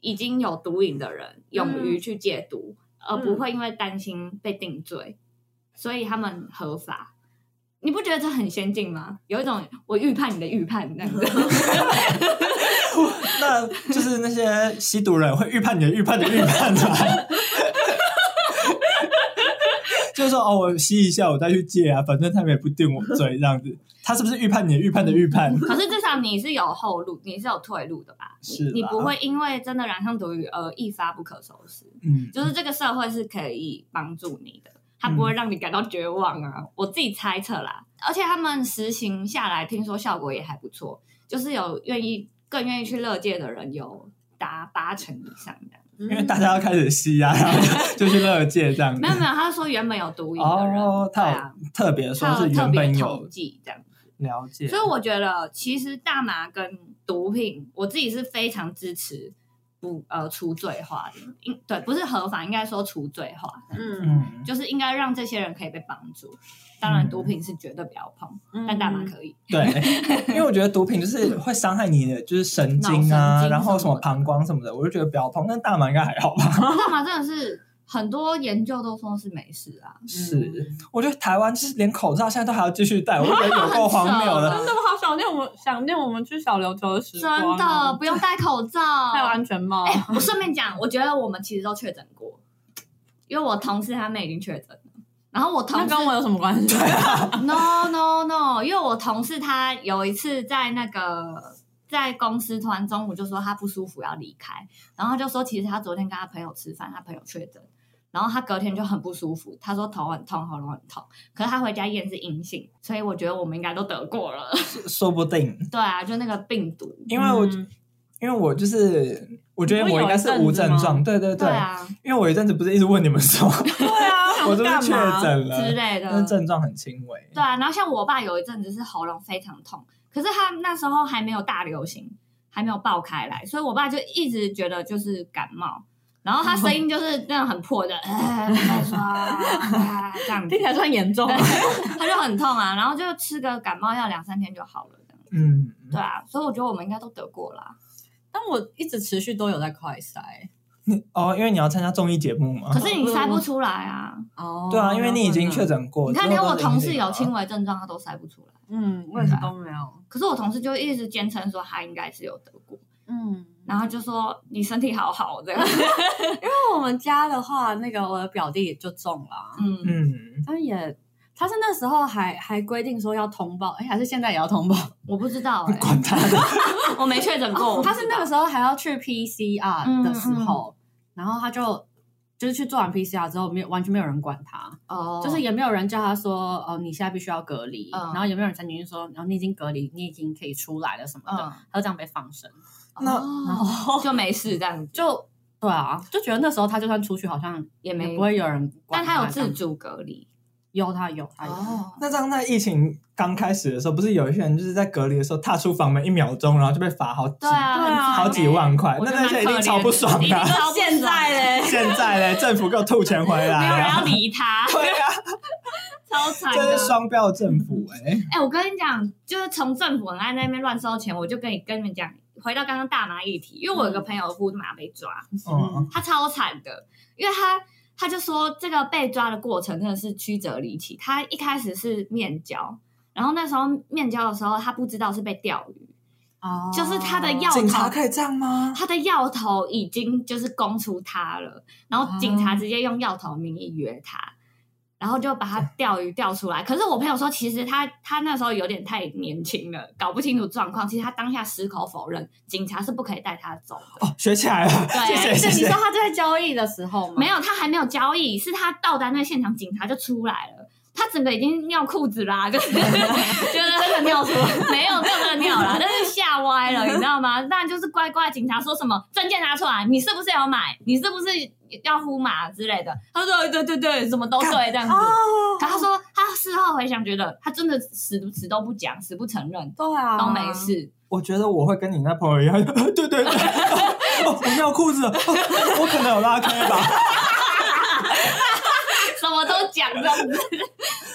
S3: 已经有毒瘾的人勇
S4: 嗯
S3: 于去戒毒，而不会因为担心被定罪，所以他们合法。你不觉得这很先进吗？有一种我预判你的预判那样子，
S2: 那就是那些吸毒人会预判你的预判的预判的、就是说哦，我吸一下，我再去戒啊，反正他们也不定我罪这样子。他是不是预判你的预判的预判？
S3: 可是至少你是有后路，你是有退路的吧？
S2: 是啦
S3: 你不会因为真的染上毒瘾而一发不可收拾。
S2: 嗯，
S3: 就是这个社会是可以帮助你的，它不会
S2: 嗯
S3: 让你感到绝望啊。我自己猜测啦，而且他们实行下来，听说效果也还不错，就是有愿意更愿意去乐界的人有达八成以上的。
S4: 因
S5: 嗯
S2: 因为大家要开始吸啊，然后就就去乐界这样子
S3: 没。有没有，他说原本有毒瘾的人，
S2: 哦，
S3: 对
S2: 他有
S3: 啊，
S2: 特别说
S3: 他
S2: 是
S3: 有特
S2: 原
S3: 别
S2: 本
S3: 统
S2: 有
S3: 计这样。
S2: 了解，
S3: 所以我觉得，其实大麻跟毒品，我自己是非常支持不呃除罪化的，应对不是合法，应该说除罪化。
S4: 嗯
S2: 嗯，
S3: 就是应该让这些人可以被帮助。当然，
S2: 嗯
S3: 毒品是绝对不要碰，
S4: 嗯
S3: 但大麻可以。
S2: 对，因为我觉得毒品就是会伤害你的，就是神经
S3: 脑
S2: 啊，
S3: 神经
S2: 然后
S3: 什
S2: 什
S3: 么
S2: 么
S3: 的
S2: 膀胱什么的，我就觉得不要碰。但大麻应该还好吧？
S3: 大麻真的是很多研究都说是没事啊，
S2: 是，嗯我觉得台湾就是连口罩现在都还要继续戴， 我就觉得哦有够荒谬
S3: 很扯
S2: 的
S3: 了。
S4: 真的我好想念我想念我们去小琉球的时
S3: 真
S4: 光哦，
S3: 的不用戴口罩。
S4: 还有安全帽，
S3: 哎，我顺便讲，我觉得我们其实都确诊过，因为我同事他们已经确诊了。然后我同
S4: 那
S3: 事
S4: 跟我有什么关系？
S3: no no no，因为我同事他有一次在那个在公司突然中午就说他不舒服要离开，然后他就说其实他昨天跟他朋友吃饭，他朋友确诊，然后他隔天就很不舒服，他说头很痛，喉咙很痛，可是他回家验是阴性，所以我觉得我们应该都得过了。
S2: 说不定，
S3: 对啊，就那个病毒。
S2: 因为我
S4: 嗯
S2: 因为我就是。我觉得
S4: 你不
S2: 我
S4: 是
S2: 应该是无症状，对对
S3: 对啊，
S2: 因为我有一阵子不是一直问你们说，
S4: 对啊，
S2: 我都
S4: 想
S2: 是
S4: 干
S2: 确
S4: 嘛？
S2: 诊
S3: 之
S2: 了，
S3: 类的，
S2: 但是症状很轻微。
S3: 对啊，然后像我爸有一阵子是喉咙非常痛，可是他那时候还没有大流行，还没有爆开来，所以我爸就一直觉得就是感冒，然后他声音就是那种很破的，呃呃说啊这样子
S4: 听起，来算严重，啊
S3: 他就很痛啊，然后就吃个感冒药两三天就好了，这样
S2: 嗯，
S3: 对啊，所以我觉得我们应该都得过啦。
S4: 但我一直持续都有在快筛
S2: 哦，因为你要参加综艺节目嘛
S3: 可，是你筛不出来啊，
S4: 哦
S2: 对啊，因为你已经确，诊过。
S3: 你看连我同事有
S2: 亲。
S3: 轻微症状他都筛不出来，
S4: 嗯，我也是都没有，
S3: 可是我同事就一直坚称说他应该是有得过，
S4: 嗯，
S3: 然后就说你身体好好这样，
S4: 我们家的话，那个我的表弟就中了，
S3: 嗯。
S2: 嗯，
S4: 但也他是那时候还还规定说要通报，哎，还是现在也要通报？
S3: 我不知道、欸，
S2: 管 他的，
S3: 我没确诊过。
S4: 哦 他是那个时候还要去 PCR
S3: 嗯
S4: 的时候，然后他就。就是去做完 PCR 之后，没有完全没有人管他，
S3: 哦，
S4: 就是也没有人叫他说，哦，你现在必须要隔离，
S3: 嗯
S4: 然后也没有人曾经说，然后你已经隔离，你已经可以出来了什么的，
S3: 嗯，
S4: 他就这样被放生，
S2: 那
S4: 然
S3: 哦
S4: 后
S3: 就没事这样子。
S4: 就对啊，就觉得那时候他就算出去，好像
S3: 也没
S4: 不会有人管
S3: 但他有
S4: 这样
S3: 自主隔离
S4: 有他有他有，
S3: 哦，
S2: 那这样，在疫情刚开始的时候，不是有一些人就是在隔离的时候踏出房门一秒钟，然后就被罚好几
S3: 对啊，
S4: 对啊
S3: 很
S2: 好几万块
S3: 我觉得
S2: 那那些一
S3: 蛮
S2: 定
S3: 可怜的
S2: 超不爽的
S3: 一定超不爽
S4: 现在嘞
S2: 现在嘞，政府给我吐钱回来、
S3: 没有人要
S2: 啊，
S3: 理 他，
S2: 对啊，
S3: 超惨的
S2: 这。是双标政府哎、
S3: 哎、我跟你讲，就是从政府文案在那边乱收钱，我就跟你跟你们讲，回到刚刚大麻议题，因为我有个朋友呼麻被抓，
S2: 嗯，
S3: 他超惨的，因为他他就说这个被抓的过程真的是曲折离奇。他一开始是面交，然后那时候面交的时候，他不知道是被钓鱼，
S4: 哦
S3: 就是他的药
S2: 警
S3: 头
S2: 察，可以这样吗？
S3: 他的药头已经就是供出他了，然后警
S2: 哦
S3: 察直接用药头名义约他。然后就把他钓鱼钓出来，可是我朋友说，其实他他那时候有点太年轻了，搞不清楚状况。其实他当下矢口否认，警察是不可以带他走的。
S2: 哦，学起来了，谢
S3: 对
S2: 谢
S4: 哎是
S2: 谢
S4: 你
S2: 谢
S4: 说。他就在交易的时候吗？
S3: 没有，他还没有交易，是他到达那个现场，警察就出来了。他整个已经尿裤子啦、 就是就是真的尿出来， 没有没有真的尿啦，但是吓歪了，你知道吗？当然就是乖乖，警察说什么证件拿出来，你是不是有买？你是不是要呼麻之类的？他说对对对，什么都对这样子。
S4: 哦，
S3: 可他说他事后回想，觉得他真的死死都不讲，死不承认，
S4: 对啊，
S3: 都没事。
S2: 我觉得我会跟你那朋友一样， 对对对，哦、我尿裤子 了、哦我可能有拉开吧。
S3: 什么都讲这样子，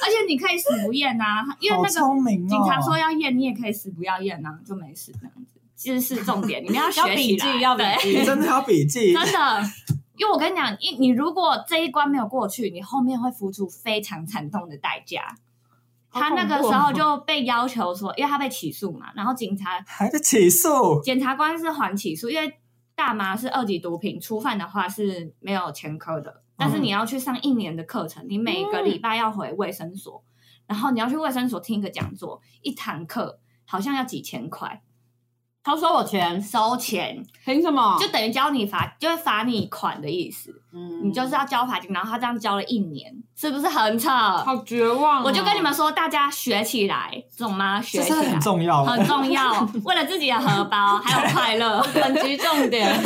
S3: 而且你可以死不验呐、因为
S2: 好
S3: 那个
S2: 聪明哦！
S3: 警察说要验，你也可以死不要验呐、就没事这样子。知识重点，你们要学 起
S4: 要笔
S3: 来，
S4: 记要笔
S3: 对
S2: 你
S4: 记，
S2: 真的要笔 记，
S3: 真的。因为我跟你讲，一你如果这一关没有过去，你后面会付出非常惨痛的代价。
S4: 好
S3: 他那个
S4: 恐怖
S3: 时候
S4: 哦
S3: 就被要求说，因为他被起诉嘛，然后警察
S2: 还在起诉，
S3: 检察官是缓起诉，因为大麻是二级毒品，初犯的话是没有前科的，但是你要去上一年的课程，你每个礼拜要回卫生所，然后你要去卫生所听一个讲座，一堂课好像要几千块，
S4: 他收我钱，
S3: 收钱
S4: 凭什
S2: 哦
S4: 么？
S3: 就等于教你罚，就是罚你款的意思，
S4: 嗯
S3: 你就是要交罚金，然后他这样教了一年，是不是很扯？
S4: 好绝望哦，
S3: 我就跟你们说，大家学起来，懂吗？学
S2: 这
S3: 起
S2: 真的
S3: 来
S2: 很。重要。
S3: 很重 要，为了自己的荷包还有快乐。
S4: 本局重点，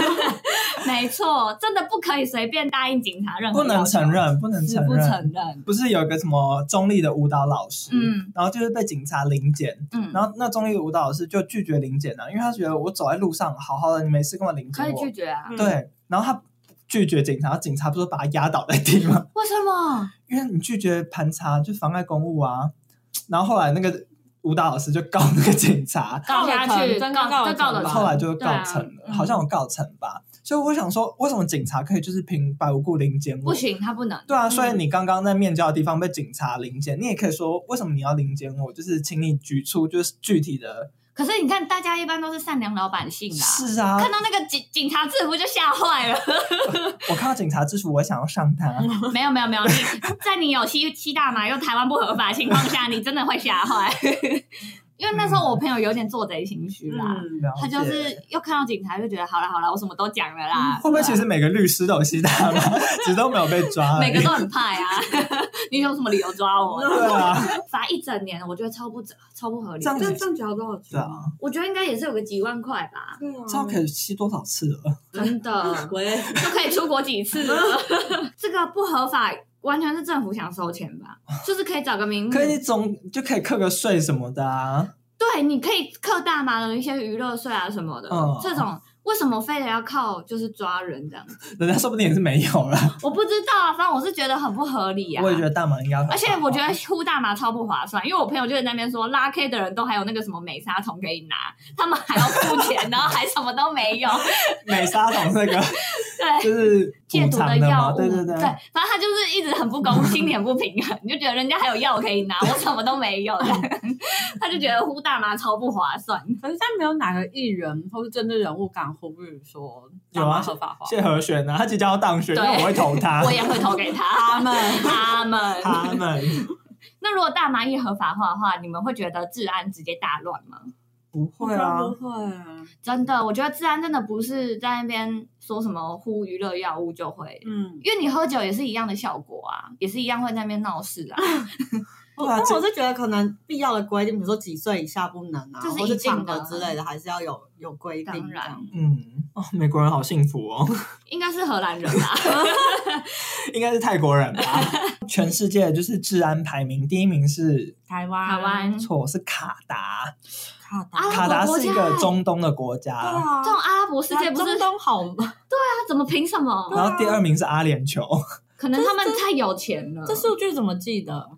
S3: 没错，真的不可以随便答应警察任何
S2: 不能
S3: 要求
S2: 承，认，不能
S3: 死
S2: 承
S3: 不
S2: 认。
S3: 承认。
S2: 不是有一个什么中立的舞蹈老师，
S3: 嗯
S2: 然后就是被警察临检，
S3: 嗯，
S2: 然后那中立的舞蹈老师就拒绝临检了、因为他觉得我走在路上好好的，你没事跟我临检
S3: 可以
S2: 我，
S3: 拒绝啊？
S4: 嗯
S2: 对，然后他拒绝警察，警察不是把他压倒在地吗？
S3: 为什么？
S2: 因为你拒绝盘查就妨碍公务啊，然后后来那个舞蹈老师就告那个警 察，
S3: 嗯告下
S4: 告得
S3: 去，
S4: 成真的
S3: 告
S4: 告
S3: 这
S4: 得
S3: 告得
S4: 成吧
S3: 成
S2: 后来就告成了，
S3: 对啊
S2: 好像有告成吧。所以我想说，为什么警察可以就是平白无故临检我？
S3: 不行，嗯他不能。
S2: 对啊，所以你刚刚在面交的地方被警察临检，你也可以说为什么你要临检我？就是请你举出就是具体的
S3: 可是你看，大家一般都是善良老百姓啊，
S2: 是啊。
S3: 看到那个警警察制服就吓坏 了。
S2: 我看到警察制服，我也想要上他。
S3: 没有没有没有，你在你有吸吸大麻又台湾不合法的情况下，你真的会吓 坏。因为那时候我朋友有点做贼心虚啦，
S4: 嗯，
S2: 了解嗯
S3: 他就是又看到警察就觉得好了好了，我什么都讲了啦。
S2: 会不会
S3: 对啊
S2: 其实每个律师都有吸大麻， 只是都没有被抓而已？
S3: 每个都很派啊！ 你有什么理由抓我？
S2: 对啊，
S3: 罚一整年，我觉得超不超不合理
S2: 这。样
S4: 这
S2: 子
S4: 挣多少
S2: 对
S4: 钱？
S2: 啊，
S3: 我觉得应该也是有个几万块 吧，
S4: 对
S5: 嗯
S4: 啊
S2: 这样可以吸多少次了？嗯
S3: 真的
S4: 喂，
S3: 就可以出国几次了。 这个不合法，完全是政府想收钱吧？就是可以找个名目
S2: 可，以你总就可以课个税什么的啊。
S3: 对，你可以克大麻的一些娱乐税啊什么的
S2: 嗯，
S3: 这种。为什么非得要靠就是抓人这样子？
S2: 人家说不定也是没有啦。
S3: 我不知道啊，反正我是觉得很不合理啊。
S2: 我也觉得大麻应该 合法化，
S3: 而且我觉得呼大麻超不划算，因为我朋友就在那边说，拉 K 的人都还有那个什么美沙酮可以拿，他们还要付钱，然后还什么都没有，
S2: 美沙酮那个
S3: 对。
S2: 就是
S3: 戒
S2: 补
S3: 毒的
S2: 偿的
S3: 药
S2: 嘛，
S3: 物，
S2: 对对
S3: 对，反正他就是一直很不公，心里很不平衡，你就觉得人家还有药可以拿，我什么都没有， 他就觉得呼大麻超不划 算。
S4: 可是现在没有哪个艺人或是政治人物敢呼吁说
S2: 有啊
S4: 大麻合法化，
S2: 谢和弦啊，他即将要当选，
S3: 对
S2: 因为我会投他。
S3: 我也会投给
S4: 他
S3: 他，
S4: 们
S3: 他们。
S2: 他们
S3: 那如果大麻一合法化的话，你们会觉得治安直接大乱吗？
S2: 不会啊，
S4: 不会，
S3: 真的，我觉得治安真的不是在那边说什么呼娱乐药物就会，
S4: 嗯，
S3: 因为你喝酒也是一样的效果啊，也是一样会在那边闹事啊。
S2: 对
S5: 我
S2: 啊
S5: 但
S2: 这
S5: 我是觉得可能必要的规定，比如说几岁以下不能啊，
S3: 这是
S5: 或
S3: 一
S5: 者
S3: 定
S5: 场
S3: 的
S5: 合
S3: 啊
S5: 之类的，还是要有有规定
S3: 当
S5: 这
S3: 然
S5: 样。
S2: 嗯，哦，美国人好幸福哦，
S3: 应该是荷兰人 吧？
S2: 应该是泰国人 吧？全世界就是治安排名第一名是
S4: 台湾
S3: 台湾
S2: 错是卡达，
S5: 卡达
S3: 啊
S2: 卡达是一
S3: 国
S2: 个
S3: 家
S2: 中东的国家，
S5: 对啊，
S3: 这种阿拉伯世界不是
S5: 中
S3: 他
S5: 东啊好
S3: 怎么凭什么？
S2: 然后第二名是阿联酋，
S3: 可能他们太有钱了。
S5: 这数据怎么记的？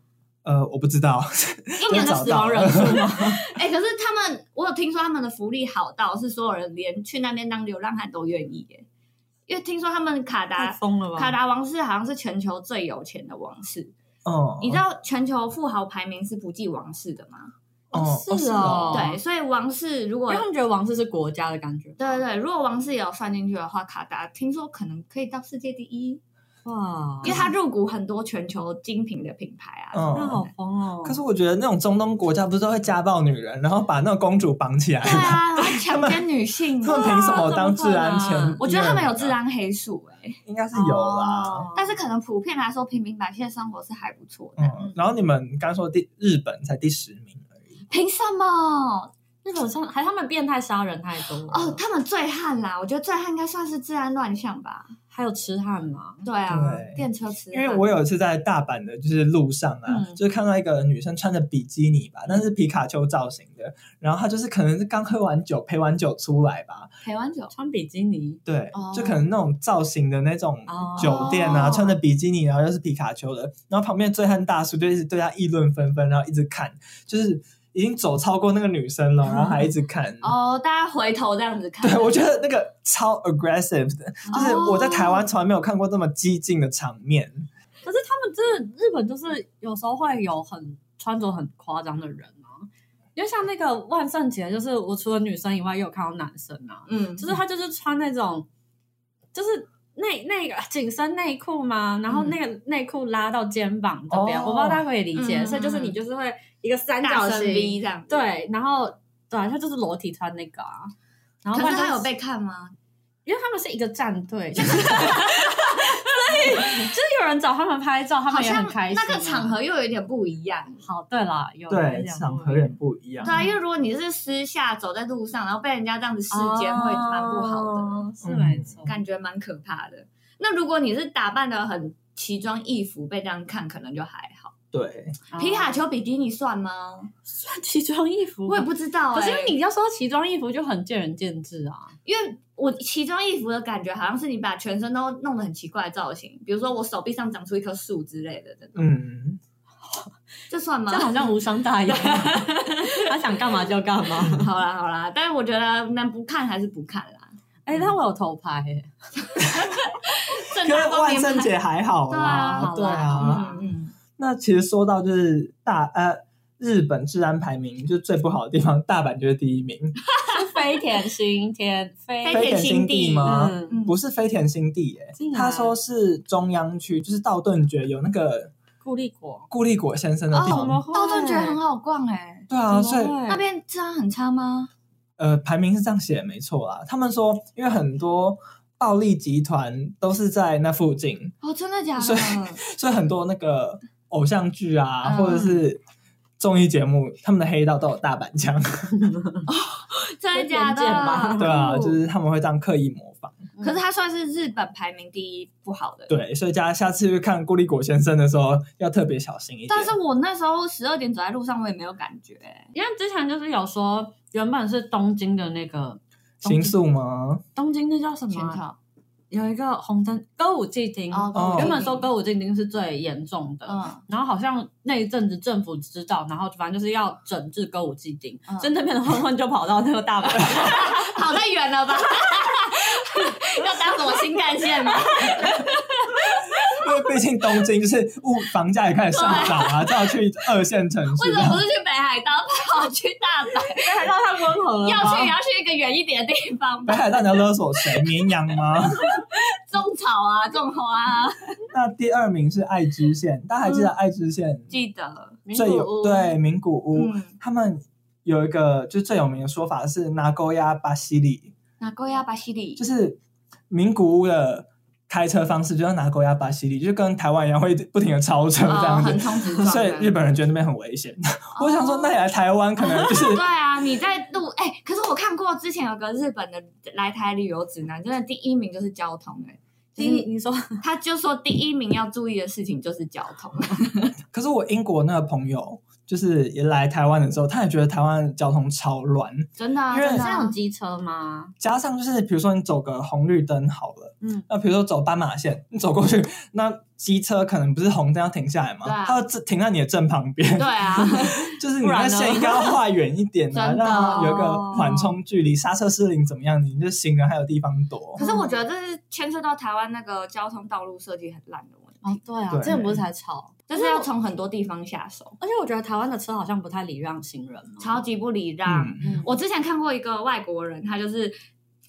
S2: 呃，我不知道，
S3: 一年的
S2: 找
S3: 死
S2: 到
S3: 亡人
S2: 了
S3: 数吗？ 哎、可是他们，我有听说他们的福利好到是所有人连去那边当流浪汉都愿意耶，因为听说他们卡
S5: 太
S3: 达
S5: 疯了吧？
S3: 卡达王室好像是全球最有钱的王室。
S5: 哦
S2: 嗯，
S3: 你知道全球富豪排名是不计王室的吗？
S2: 哦，
S5: 是哦
S3: 对，所以王室如
S5: 因
S3: 果
S5: 为他们觉得王室是国家的感觉。
S3: 对对对，如果王室也有算进去的话，卡达听说可能可以到世界第一，
S5: 哇，
S3: 因为它入股很多全球精品的品牌啊。
S2: 嗯
S5: 那好疯哦。
S2: 可是我觉得那种中东国家不是都会家暴女人，然后把那个公主绑起来
S3: 对
S2: 吗？
S3: 啊，它强奸女性
S2: 他们凭什么当治安
S5: 对啊怎么可
S2: 前
S5: 能？
S3: 我觉得他们有治，安黑数哎、
S2: 应该是有啦。嗯
S5: 哦
S3: 但是可能普遍来说，平民百姓的生活是还不错的。
S2: 嗯，然后你们刚说第日本才第十名而已，
S3: 凭什么？
S5: 日本上还他们变态杀人太多了
S3: 哦，，他们醉汉啦，我觉得醉汉应该算是治安乱象吧。
S5: 还有痴汉嘛？
S3: 对啊，
S2: 对
S3: 电车痴
S2: 因
S3: 汉。
S2: 为我有一次在大阪的，就是路上啊，
S5: 嗯
S2: 就是看到一个女生穿着比基尼吧，但是皮卡丘造型的，然后她就是可能是刚喝完酒、陪完酒出来吧，
S3: 陪完酒，
S5: 穿比基尼，
S2: 对，
S3: 哦
S2: 就可能那种造型的那种
S5: 哦
S2: 酒店啊，
S3: 哦
S2: 穿着比基尼，然后又是皮卡丘的，然后旁边的醉汉大叔就一直对他议论纷纷，然后一直看，就是已经走超过那个女生了，然后还一直看。
S3: 哦，大家回头这样子看。
S2: 对，我觉得那个超 aggressive 的，就是我在台湾从来没有看过这么激进的场面。
S4: 可是他们真的日本就是有时候会有很穿着很夸张的人啊，因为像那个万圣节，就是我除了女生以外，也有看到男生啊，
S3: 嗯，
S4: 就是他就是穿那种，就是内那个紧身内裤嘛，然后
S3: 嗯
S4: 那个内裤拉到肩膀这边，
S2: 哦
S4: 我不知道大家可不可以理解，
S3: 嗯
S4: 所以就是你就是会一个三
S3: 大
S4: 角
S3: 声
S4: 形，
S3: V 这样。，
S4: 对，然后对啊，他就是裸体穿那个啊。然后
S3: 可
S4: 万
S3: 是
S4: 圣
S3: 他有被看吗？
S4: 因为他们是一个战队， 就是所以就是有人找他们拍照，他
S3: 好
S4: 们也
S3: 像
S4: 很开心啊、
S3: 那个场合又有一点不一样。
S4: 好，对啦，有有
S2: 对，
S4: 点
S2: 场
S4: 不
S2: 合
S4: 一
S2: 有
S4: 样
S2: 点不一样
S3: 对。啊，因为如果你是私下走在路上，然后被人家这样子视奸，会蛮不好的。
S4: 哦是
S2: 嗯
S4: 没错。
S3: 感觉蛮可怕的。那如果你是打扮的很奇装异服，被这样看可能就还好。
S2: 对，
S3: 皮卡
S4: 丘
S3: 丘比基尼算吗？
S4: 穿奇装异服，
S3: 我也不知道、欸。
S4: 可是你要说奇装异服就很见仁见智啊。
S3: 因为我奇装异服的感觉，好像是你把全身都弄得很奇怪的造型，比如说我手臂上长出一棵树之类的这种，
S2: 嗯，
S3: 这算吗
S4: 这？好像无伤大雅，他想干嘛就
S5: 嗯
S4: 干嘛。
S3: 好啦好啦，但是我觉得能不看还是不看啦。
S4: 哎，但我有偷拍耶，
S3: 欸正
S2: 可
S3: 大
S2: 是
S3: 光
S2: 万
S3: 明
S2: 圣节还好啦，
S4: 对
S2: 对
S4: 啊好啦
S2: 啊。
S3: 嗯嗯，
S2: 那其实说到就是大呃日本治安排名，就是最不好的地方，大阪就是第一名，
S4: 是飞田新天飞
S3: 飞
S2: 飞
S3: 田
S2: 田
S3: 新
S2: 新
S3: 地
S2: 地吗？
S4: 嗯
S3: 嗯啊
S2: 不是飞田新地耶、
S4: 竟然
S2: 他说是中央区，就是道顿崛有那个
S4: 固力果，哦
S2: 固力果先生的地
S4: 怎
S2: 方。
S4: 么会
S3: 道顿觉得很好逛哎、
S2: 对啊，所以
S3: 那边治安很差吗？
S2: 呃，排名是这样写没错啦。他们说，因为很多暴力集团都是在那附近，
S3: 哦，真的假的？
S2: 所以所以很多那个偶像剧啊，
S3: 嗯
S2: 或者是综艺节目，他们的黑道都有大阪 腔，
S3: 真的假的
S4: 偏见吧？
S2: 对啊，
S3: 酷
S2: 就是他们会这样刻意模仿。
S3: 可是他算是日本排名第一不好的。。
S2: 对，所以大家下次去看《孤立果先生》的时候，要特别小心一点。
S3: 但是我那时候十二点走在路上，我也没有感觉、欸
S4: 因为之前就是有说，原本是东京的那个
S2: 刑 诉吗？
S4: 东京那叫什么
S3: 全
S4: 啊、
S3: 套。
S4: 有一个红灯歌舞伎町，
S3: 哦
S2: 哦
S4: 原本说歌舞伎町是最严重的。
S3: 嗯，
S4: 然后好像那一阵子政府知道，然后反正就是要整治歌舞伎町，
S3: 嗯
S4: 所以那边的混混就跑到那个大阪去，
S3: 跑太远了吧？ 要当什么新干线吗？
S2: 因为毕竟东京就是物房价也开始上涨啊，只好去二线城市。啊
S3: 为什么不是去北海道，跑去大阪？
S4: 还让他温和
S5: 嗯
S4: 了吧。
S3: 要去也要去一个远一点的地方
S2: 北
S3: 吧？
S2: 海道你要勒索谁？绵羊吗？
S3: 种草啊，种花啊，
S2: 那第二名是爱知县，大家还记得
S3: 嗯
S2: 爱知县
S3: 记得。
S4: 名
S2: 最
S4: 古
S2: 有
S4: 屋
S2: 对名古屋，
S3: 嗯，
S2: 他们有一个就是最有名的说法是拿勾压巴西里，
S3: 那高压巴西里
S2: 就，是名古屋的开车方式，就像拿狗牙巴西里，就跟台湾一样会不停的超车这
S3: 哦，
S2: 样子。
S3: 横冲直撞的。
S2: 所以日本人觉得那边很危险。
S3: 哦
S2: 我想说，那你来台湾可 能就是
S3: 对啊，你在路哎、可是我看过之前有个日本的来台旅游指南，真的第一名就是交通哎、
S4: 第一，你说
S3: 他就说第一名要注意的事情就是交通，
S2: 可是我英国那个朋友，就是也来台湾的时候，他也觉得台湾的交通超乱，
S3: 真的、啊，
S2: 因为
S3: 真的
S4: 这
S3: 啊、
S4: 样机车吗？
S2: 加上就是比如说你走个红绿灯好了，
S4: 嗯，
S2: 那比如说走斑马线，你走过去，那机车可能不是红灯要停下来嘛，
S3: 对啊
S2: 它要自停在你的正旁边，
S3: 对啊，
S2: 就是你
S5: 不然
S2: 那
S5: 呢
S2: 线应该要画远一点啊，
S3: 真的
S2: 让
S3: 哦
S2: 它有一个缓冲距离，刹车失灵怎么样，你就行人还有地方躲。
S3: 可是我觉得这是牵涉到台湾那个交通道路设计很烂的问题，
S4: 哦，对啊，
S2: 对
S4: 之前不是才吵，
S3: 就是要从很多地方下手，
S4: 而且我觉得台湾的车好像不太礼让行人哦。
S3: 超级不礼让。
S2: 嗯，
S4: 嗯，
S3: 我之前看过一个外国人，他就是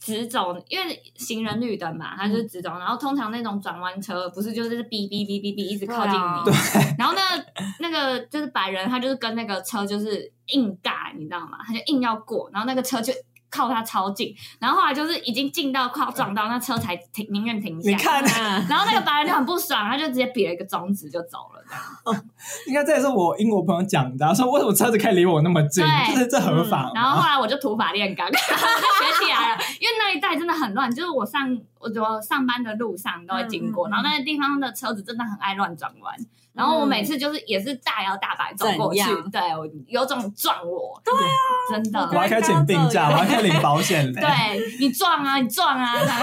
S3: 直走，因为行人绿灯嘛，他就是直走。然后通常那种转弯车不是就是哔哔哔哔哔一直靠近你，
S4: 对
S3: 然后那个那个就是白人，他就是跟那个车就是硬尬，你知道吗？他就硬要过，然后那个车就。靠他超近，然后后来就是已经近到快要撞到，那车才停，宁愿停下。
S2: 你看，
S4: 嗯
S3: 然后那个白人就很不爽，他就直接比了一个中指就走了。这样
S2: 应该这也是我英国朋友讲的啊、 说为什么车子可以离我那么近，
S3: 对嗯
S2: 就是这合法吗？
S3: 然后后来我就土法炼钢， 学起来了。因为那一带真的很乱，就是我上我我上班的路上都会经过，
S4: 嗯嗯嗯
S3: 然后那个地方的车子真的很爱乱转弯。然后我每次就是也是大摇大摆走过去
S4: 怎，样
S3: 对我有种撞我，对啊，真
S2: 我还
S3: 的，
S2: 可以请病假，我还可以领保险嘞。
S3: 对你撞啊，你撞啊， 这样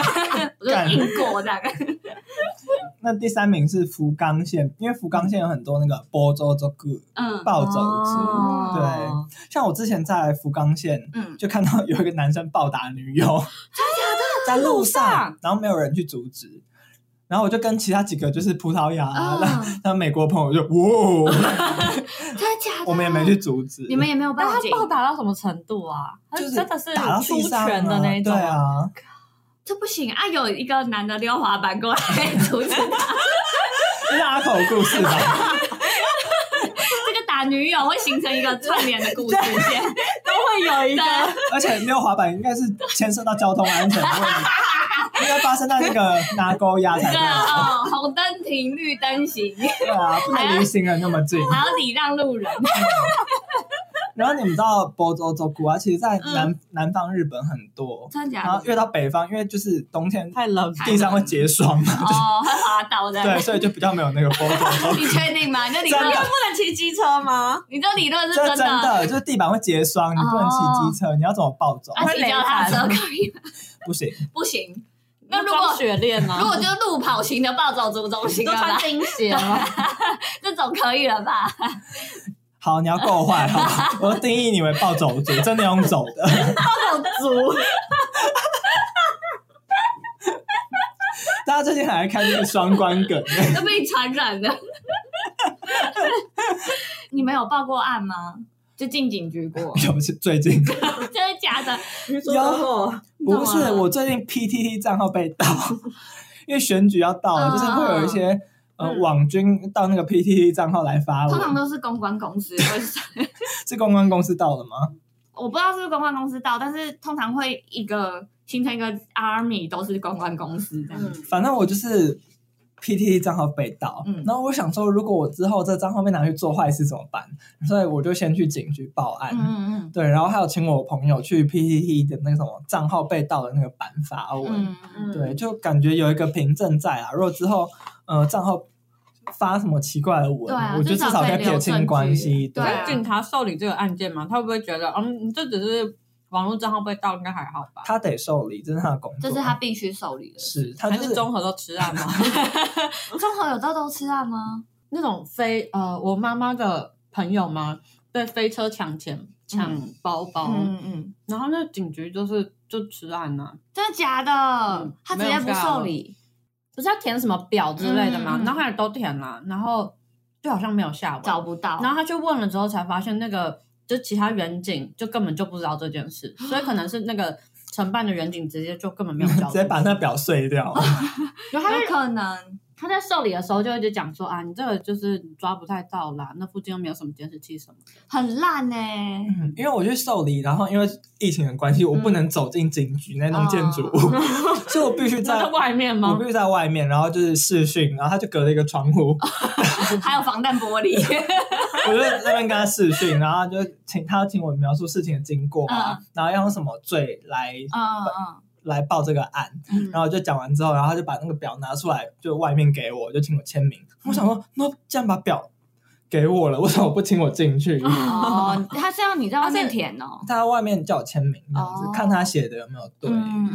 S3: 我就
S2: 干
S3: 硬过这样，
S2: 那第三名是福冈县，因为福冈县有很多那个波州州谷
S3: 嗯
S2: 暴走族，
S4: 哦
S2: 像我之前在福冈县
S3: 嗯，
S2: 就看到有一个男生暴打女友，真的在路上，然后没有人去阻止，然后我就跟其他几个就是葡萄牙啊，然后
S3: 啊，
S2: 然后美国朋友就哇，
S3: 真的假的？
S2: 我们也没去，阻止，
S3: 你们也没有
S4: 但
S3: 报
S4: 他
S3: 警，
S4: 暴打到什么程度啊？他
S2: 就是
S4: 真的是
S2: 打到
S4: 出
S2: 地上
S4: 拳的那一种，
S2: 对，啊，
S3: 这不行啊！有一个男的溜滑板过来阻止他，
S2: 这是阿口的故事吧？
S3: 这个打女友会形成一个串联的故事线，
S4: 都会有一
S3: 对
S4: 个，
S2: 而且溜滑板应该是牵涉到交通安全的问题，应该发生到那个拿钩压才
S3: 这个
S2: 对啊。
S3: 哦，红灯停，绿灯行，
S2: 对啊，不能离行人那么近。
S3: 还要礼让 路人，
S2: 然后你们知道波州州谷啊，其实在南、南方日本很多，
S3: 真的假
S2: 然后
S3: 的？
S2: 越到北方，因为就是冬天
S5: 太冷，
S2: 地上会结霜嘛，
S3: 哦，会滑倒的。
S2: 对，所以就比较没有那个波州州
S3: 你
S2: 谷。
S3: 确定吗？你这理论
S2: 真，的
S5: 不能骑机车吗？
S3: 你这理论 是
S2: 这
S3: 真
S2: 真的就是地板会结霜，你不能骑机车，你要怎么暴走？
S3: 那骑脚踏车可以吗？
S2: 不行，
S3: 不行。那
S4: 那
S3: 如果
S4: 雪链
S2: 啊
S4: 呢？
S3: 如果就是路跑型的暴走族中心
S4: 都
S3: 了
S4: 穿
S3: 吧，
S4: 钉鞋吗？
S3: 这种可以了吧？
S2: 好，你要够坏，好吧我定义你为暴走族，真的用走的。
S5: 足，
S2: 大家最近很爱看那个双关梗，
S3: 都被传染了。你们有报过案吗？就进警局 过，
S2: 尤其最近
S3: 真的假的？
S5: 你说过
S2: 不
S3: 你懂
S2: 是，
S3: 吗
S2: 我最近 PTT 账号被盗， 因为选举要到了，就是会有一些呃
S3: 嗯
S2: 网军到那个 PTT 账号来发
S3: 通常
S2: 文，
S3: 都是公关公 司会上，
S2: 是公关公司到了吗？
S3: 我不知道是不是公关公司到，但是通常会一个形成一个 army 都是公关公司这样。
S5: 嗯，
S2: 反正我就是 PTT 账号被盗，
S3: 嗯
S2: 然后我想说，如果我之后这账号被拿去做坏事怎么办？所以我就先去警局报案。
S3: 嗯嗯
S2: 对，然后还有请我朋友去 PTT 的那个什么账号被盗的那个版发文，
S3: 嗯嗯，
S2: 对，就感觉有一个凭证在啊。如果之后呃账号发什么奇怪的文，
S3: 对啊
S2: 我觉得
S3: 至少
S2: 至少
S3: 可以
S2: 可以
S3: 留
S2: 撇
S3: 证
S2: 清关
S3: 据
S2: 系。
S3: 对啊
S4: 警察受理这个案件嘛，他会不会觉得，嗯，这只是网络账号被盗，应该还好吧？
S2: 他得受理，这是他的工
S3: 这
S2: 作。
S3: 是他必须受理的。
S2: 是他
S4: 还
S2: 就是
S4: 综合都吃啊案吗？
S3: 综合有豆豆吃案吗？
S4: 那种非呃，我妈妈的朋友吗？被飞车抢钱、抢包包，
S3: 嗯嗯，
S4: 然后那警局就是就吃案呐、啊，
S3: 真的假的
S4: 嗯？
S3: 他直接不受理，
S4: 不是要填什么表之类的嘛，
S3: 嗯嗯嗯
S4: 然后他也都填了，然后就好像没有下文，
S3: 找不到。
S4: 然后他去问了之后，才发现那个就其他远景就根本就不知道这件事，所以可能是那个 承办的远景直接就根本没有交，
S3: 哦
S2: 直接把那，表碎掉。
S4: 然后他
S3: 有
S4: 就
S3: 可能
S4: 他在受理的时候就一直讲说啊，你这个就是抓不太到啦，那附近又没有什么监视器什么的。
S3: 很烂欸呢、
S2: 嗯因为我去受理，然后因为疫情的关系，我不
S3: 嗯
S2: 能走进警局那栋建筑物，
S3: 哦
S2: 所以我必须在
S4: 那在外面
S2: 我
S4: 吗
S2: 必？须在外面，然后就是视讯，然后他就隔了一个 窗户，
S3: 还有防弹玻璃，
S2: 我就在那边跟他视讯，然后就请他请我描述事情的经过啊，然后要用什么罪来
S3: 嗯嗯
S2: 来报这个案，
S3: 嗯
S2: 然后我就讲完之后，然后他就把那个表拿出来，就外面给我，就请我签名。我想
S3: 嗯
S2: 说，那既然把表给我了，为什么不请我进去？
S3: 嗯，哦，他是要你在外面填哦，
S2: 他在外面叫我签名，这样子、
S3: 哦
S2: 看他写的有没有对。
S3: 嗯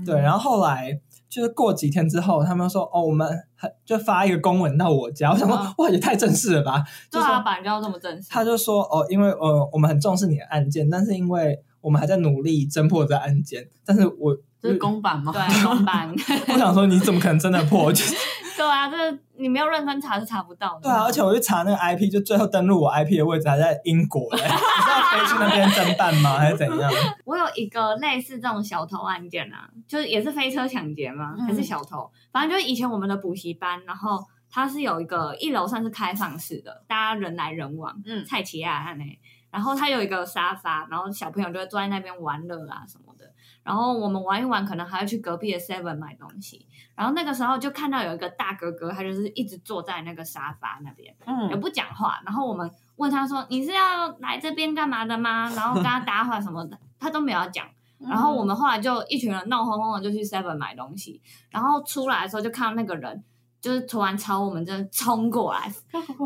S3: 嗯，
S2: 对，然后后来就是过几天之后，他们说哦，我们很就发一个公文到我家。我想说，
S3: 嗯
S2: 哇，也太正式了吧！
S3: 对
S2: 就是
S3: 啊，把人家这么正式，
S2: 他就说哦，因为呃，我们很重视你的案件，但是因为我们还在努力侦破这案件，但是我
S4: 这是公版吗？
S3: 对公版，
S2: 我想说，你怎么可能真的破？就是
S3: 对啊，这你没有认真查是查不到的。
S2: 对啊，而且我去查那个 IP，就最后登录我 IP 的位置还在英国欸 嘞，你是要飞去那边侦办吗？还是怎样？
S3: 我有一个类似这种小偷案件啊，就是也是飞车抢劫吗？
S4: 嗯
S3: 还是小偷？反正就是以前我们的补习班，然后它是有一个一楼算是开放式的，大家人来人往，
S4: 嗯
S3: 蔡奇亚案欸然后它有一个沙发，然后小朋友就会坐在那边玩乐啊什么的。然后我们玩一玩，可能还要去隔壁的 Seven 买东西。然后那个时候就看到有一个大哥哥，他就是一直坐在那个沙发那边。也
S4: 嗯，
S3: 不讲话。然后我们问他说：“你是要来这边干嘛的吗？”然后跟他搭话什么的，他都没有要讲。
S4: 嗯
S3: 然后我们后来就一群人闹哄哄的就去 Seven 买东西，然后出来的时候就看到那个人就是突然朝我们这冲过来，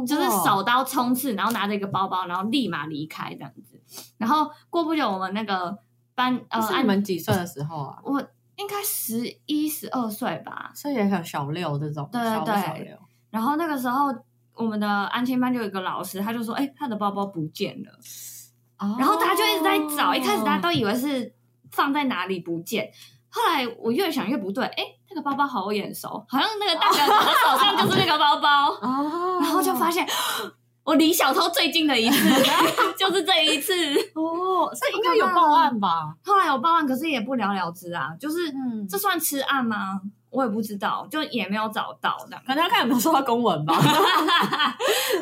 S3: 就是手刀冲刺，然后拿着一个包包，然后立马离开这样子。然后过不久，我们那个班呃，
S4: 呃，是你
S3: 按
S4: 们几岁的时候啊？
S3: 我应该十一十二岁吧，
S4: 所以也有小六这种，
S3: 对对
S4: 小五
S3: 对
S4: 小六，
S3: 然后那个时候，我们的安亲班就有一个老师，他就说：“哎、他的包包不见了。”哦然后大家就一直
S4: 哦
S3: 在找，一开始大家都以为是放在哪里不见，后来我越想越不对，哎，那个包包好眼熟，好像那个大表哥的手上就是那个包包，
S4: 哦，
S3: 然后就发现我离小偷最近的一次 就是这一次。
S4: 哦，所以应该有报案吧？
S3: 后来我报案，可是也不了了之啊，就是
S4: 嗯，
S3: 这算吃案吗？我也不知道，就也没有找到这样。
S4: 可能要看有没有收到公文吧。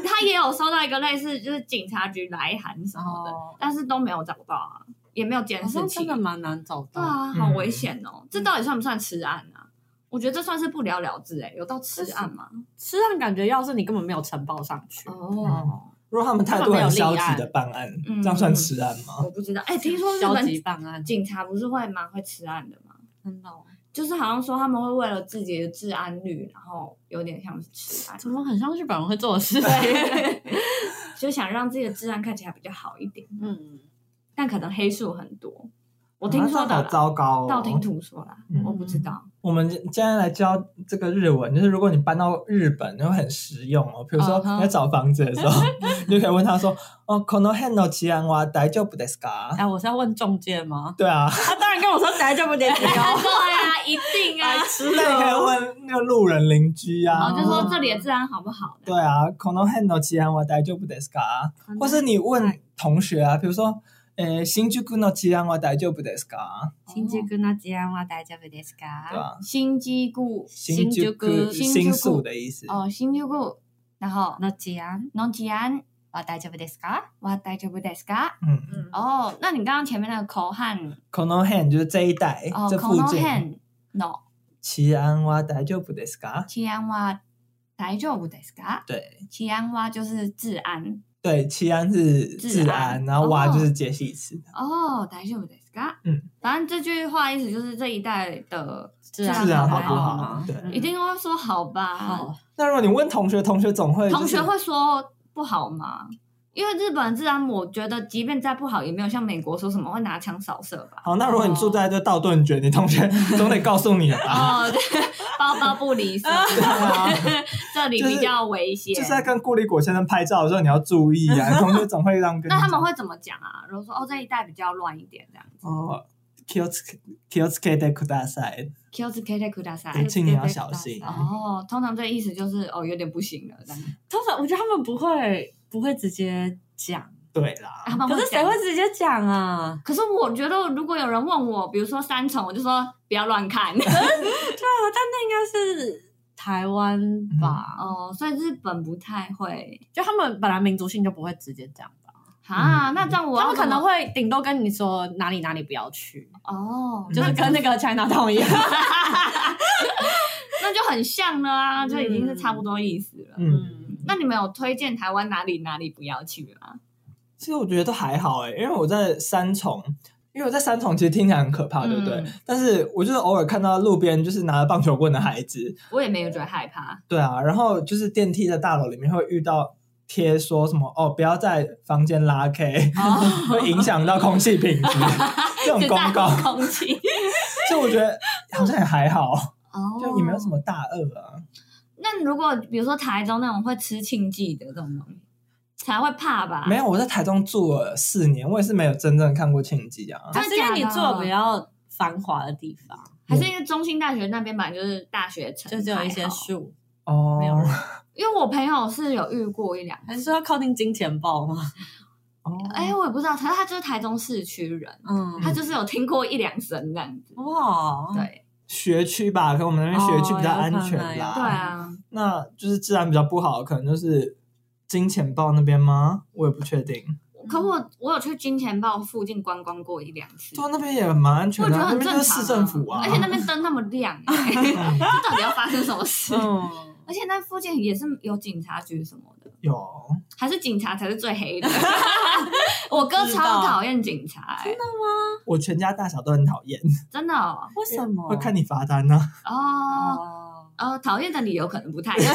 S3: 他也有收到一个类似就是警察局来函什么的，
S4: 哦，
S3: 但是都没有找到啊，也没有监
S4: 好
S3: 视
S4: 像
S3: 器
S4: 真。的蛮难找
S3: 对
S4: 到。
S2: 嗯
S3: 啊，好危险哦！这到底算不算吃案啊？我觉得这算是不了了之哎、有到吃案吗？
S4: 吃案感觉要是你根本没有呈报上去，
S3: 哦，
S2: 如果他们态度很消极的办案，
S3: 嗯
S2: 这样算吃案吗？
S3: 我不知道。哎、听说日
S4: 消
S3: 本
S4: 极办案，
S3: 警察不是会蛮会吃案的吗？
S4: 真的哦
S3: 就是好像说他们会为了自己的治安率，然后有点像是吃案，
S4: 怎么很像日本人会做的事 情？
S3: 就想让自己的治安看起来比较好一点，
S4: 嗯，
S3: 但可能黑数很多。我
S2: 我
S3: 听说的
S2: 好
S3: 啦，
S2: 糟糕、哦，
S3: 道听途说啦，
S2: 嗯
S3: 我不知道。
S2: 我们今天来教这个日文，就是如果你搬到日本，就会很实用哦。比如说
S3: 嗯哼
S2: 你在找房子的时 候，你就可以问他说：“哦，この辺の治安は啊大丈夫ですか
S4: 哎，我是要问中 介吗？”？
S2: 对啊，
S4: 他当然跟我说宅就不 得了，
S3: 对啊，一定
S2: 哎
S3: 啊。
S4: 哦
S2: 那你可以问那个路人邻居
S3: 然
S2: 啊
S3: 哦后。就说这里的治安好不好？
S2: 对啊，この辺の治安は啊大丈夫ですか？或是你问同学啊，比如说，呃，新宿の治安は大丈夫ですか？
S3: 新宿
S4: の治安は大丈夫です
S2: 对
S4: か？
S2: 吧？
S3: 新机故
S2: 新宿
S3: 新
S2: 新宿的意思。
S3: 哦，新宿故，然后
S4: の治安
S3: 农吉安
S4: は大丈夫ですか？
S3: 哇大丈夫ですか？
S2: 嗯，
S5: 嗯，
S3: 哦，那你刚刚前面那个口汉
S2: この辺就是这一带
S3: 哦，
S2: 这
S3: 口
S2: 附
S3: の
S2: 近。
S3: 辺の
S2: 治安は大丈夫ですか？
S3: 治安は大丈夫ですか？
S2: 对。
S3: 治安は就是治安
S2: 对，七安是
S3: 治
S2: 治
S3: 安
S2: 安，然后哇
S3: 哦
S2: 就是解析词。
S3: 哦，大丈夫ですか？
S2: 嗯，
S3: 反正这句话意思就是这一带的
S4: 治
S3: 安
S2: 治安
S3: 好
S2: 好
S3: 不
S2: 不
S3: 好
S2: 好？对。
S3: 一定会说好吧？
S4: 好，
S2: 那如果你问同学，同学总会就是
S3: 同学会说不好吗？因为日本治安，我觉得即便再不好，也没有像美国说什么会拿枪扫射吧。
S2: 好。那如果你住在这道顿崛，你同学 总得告诉你了吧？
S3: 哦，对，包包不离手，
S2: 啊对啊，
S3: 这里比较危险。
S2: 就是在跟顾立果先生拍照的时候，你要注意啊，同学总会让跟你
S3: 那他们
S2: 讲
S3: 会怎么讲啊？如果说哦这一带比较乱一点这样子，
S2: 哦。気をつけ気をつけてください，
S3: 気をつけてくださ
S2: 对，
S3: い。
S2: 请你要小心。
S3: 哦，通常这意思就是哦有点不行了这样。
S4: 通常我觉得他们不会不会直接讲，
S2: 对啦，
S3: 他们
S4: 可是谁
S3: 哦讲
S4: 会？直接讲啊？
S3: 可是我觉得如果有 人问我，比如说三重，我就说不要乱看。
S4: 对啊，但那应该是台湾吧，
S3: 哦，所以日本不太会
S4: 就他们本来民族性就不会直接这样吧，
S2: 嗯
S3: 啊。那这样我
S4: 他
S3: 要
S4: 们可
S3: 怎么
S4: 能会顶多跟你说哪里哪里不要去，
S3: 哦，
S4: 就是跟那个 China Town 一样。
S3: 那就很像了啊，就已经是差不多意思了。
S2: 嗯，
S3: 那你们有推荐台湾哪里哪里不要去吗？
S2: 其实我觉得都还好哎、因为我在三重，因为我在三重其实听起来很可
S4: 啊
S2: 怕，对不对？
S3: 嗯
S2: 但是我就是偶尔看到路边就是拿着棒球棍的孩子，
S3: 我也没有觉得害怕。
S2: 对啊，然后就是电梯的大楼里面会遇到贴说什么哦，不要在房间拉 K，、会 影响到空气品质这种
S3: 就
S2: 公
S3: 大
S2: 告，
S3: 空 气
S2: 所以我觉得好像也还好，
S3: 哦
S2: 就也没有什么大恶啊。
S3: 那如果比如说台中那种会吃庆忌的这种东西，才会怕吧？
S2: 没有，我在台中住了四年，我也是没有真正看过庆忌啊。
S4: 还是因为你
S3: 真的假的
S4: 住的比较繁华的地方，
S3: 还是因为中兴大学那边本来就是大学城，
S4: 就只有一些
S3: 还好。
S4: 树，
S2: 哦，
S4: 没有人
S3: 因为我朋友是有遇过一两，
S4: 还是说要靠近金钱豹吗？
S2: 哦，
S3: 哎、我也不知道，可是他就是台中市区人，
S4: 嗯，哦
S3: 他就是有听过一两声这样子。
S4: 哇，
S3: 对
S2: 学区吧，可能我们那边学区比较安全
S4: 哦有可能有
S2: 啦。
S3: 对啊，
S2: 那就是治安比较不好，可能就是金钱豹那边吗？我也不确定。
S3: 可我我有去金钱豹附近观光过一两次，
S2: 嗯对啊，那边也蛮安全
S3: 我
S2: 的
S3: 觉
S2: 啊，
S3: 得很
S2: 那边
S3: 正
S2: 就
S3: 常、
S2: 是市政府啊。
S3: 而且那边灯那么 亮、欸，这到底要发生什么事？
S4: 嗯，
S3: 而且那附近也是有警察局什么的，
S2: 有
S3: 还是警察才是最 黑的。我哥超讨厌警察、欸，真的
S2: 我全家大小都很讨厌，
S3: 真的哦
S4: 为什么
S2: 会看你罚单啊呢、
S3: 哦
S4: 哦，
S3: 哦，讨厌的理由可能不太一 样。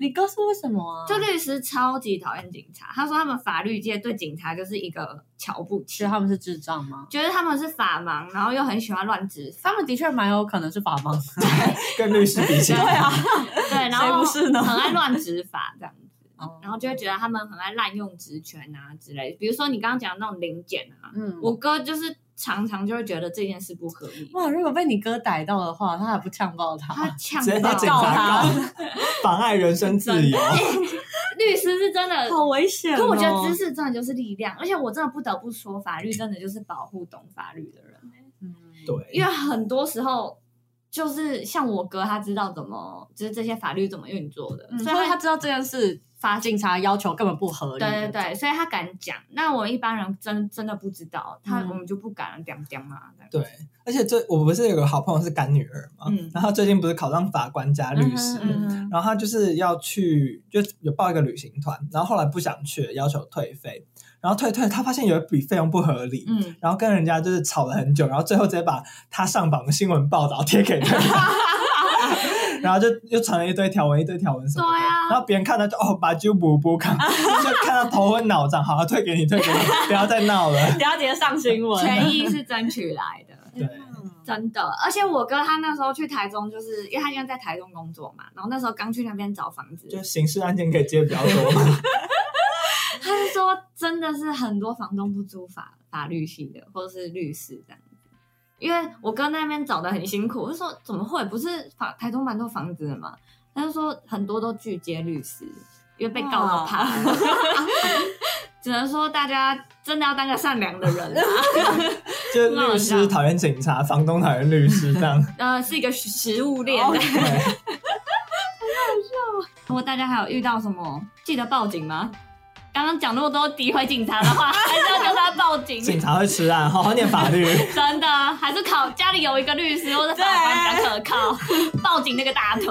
S4: 你哥是为什么啊？
S3: 就律师超级讨厌警察，他说他们法律界对警察就是一个瞧不起
S4: 觉
S2: 啊
S4: 得，他们是智障吗？
S3: 觉得他们是法盲，然后又很喜欢乱执法。
S4: 他们的确蛮有可能是法盲，
S2: 跟律师比起来，
S4: 啊，
S3: 对，然后
S4: 不是呢
S3: 很爱乱执法这样子
S4: 哦，
S3: 然后就会觉得他们很爱滥用职权啊之类的。比如说你刚刚讲的那种零检啊，
S4: 嗯，
S3: 我哥就是常常就会觉得这件事不合理，
S4: 哇，如果被你哥逮到的话，他还不呛爆他？
S3: 他呛
S2: 直接
S3: 到
S2: 把警
S4: 警
S2: 察
S4: 告
S2: 告，妨碍人身自由。
S3: 律师是真的。
S4: 好 危险、哦
S3: 可我觉得知，识真的就是力量，而且我真的不得不说，法律真的就是保护懂法律的人，
S4: 嗯，
S3: 因
S2: 对，
S3: 为很多时候就是像我哥，他知道怎么，就是这些法律怎么运作的，
S4: 嗯
S3: 所
S4: 所
S3: 以
S4: 以
S3: 他
S4: 他知道这件事，法警察要求根本不合理。
S3: 对对对，，所以他敢讲。那我们一般人真真的不知道，他、
S4: 嗯
S3: 我们就不敢讲讲嘛。这样
S2: 对，而且最我不是有个好朋友是干女儿嘛，
S3: 嗯
S2: 然后最近不是考上法官加律师，
S3: 嗯
S4: 嗯，
S2: 然后他就是要去，就有报一个旅行团，然后后来不想去了，要求退费，然后退退，他发现有一笔费用不合理，
S3: 嗯，
S2: 然后跟人家就是吵了很久，然后最后直接把他上榜的新闻报道贴给 对方，然后就又传了一堆条文，一堆条文什么的，
S3: 对啊
S2: 然后别人看到就哦把揪补补看， 就看到头昏脑胀，好、啊，退给你，退给你，不要再闹了。。
S4: 不要直接上新闻
S3: 权益是争取来 的
S2: 对，
S3: 真的，而且我哥他那时候去台中，就是因为他现在在台中工作嘛，然后那时候刚去那边找房子，
S2: 就刑事案件可以接比较多 嘛。
S3: 他是说真的是很多房东不租法法律系的或者是律师这样子，因为我哥那边找的很辛苦，我就说怎么会不是法台中蛮多房子的嘛，他就说很多都拒接律师，因为被告到怕 了，只能说大家真的要当个善良的人啊，
S2: 就是律师讨厌警察，房东讨厌律师 这样。
S3: 呃，是一个食物链。啊
S2: 对。
S3: 如果大家还有遇到什么，记得报警吗？刚刚讲那么多诋毁警察的话，还是要叫他报警。
S2: 警察会吃案，好好念法律。
S3: 真的，还是考家里有一个律师或者法官比较可 靠，抱紧那个大腿。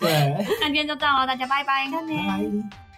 S2: 对，
S3: 那今天就这样了，大家拜拜，拜拜
S2: 拜拜。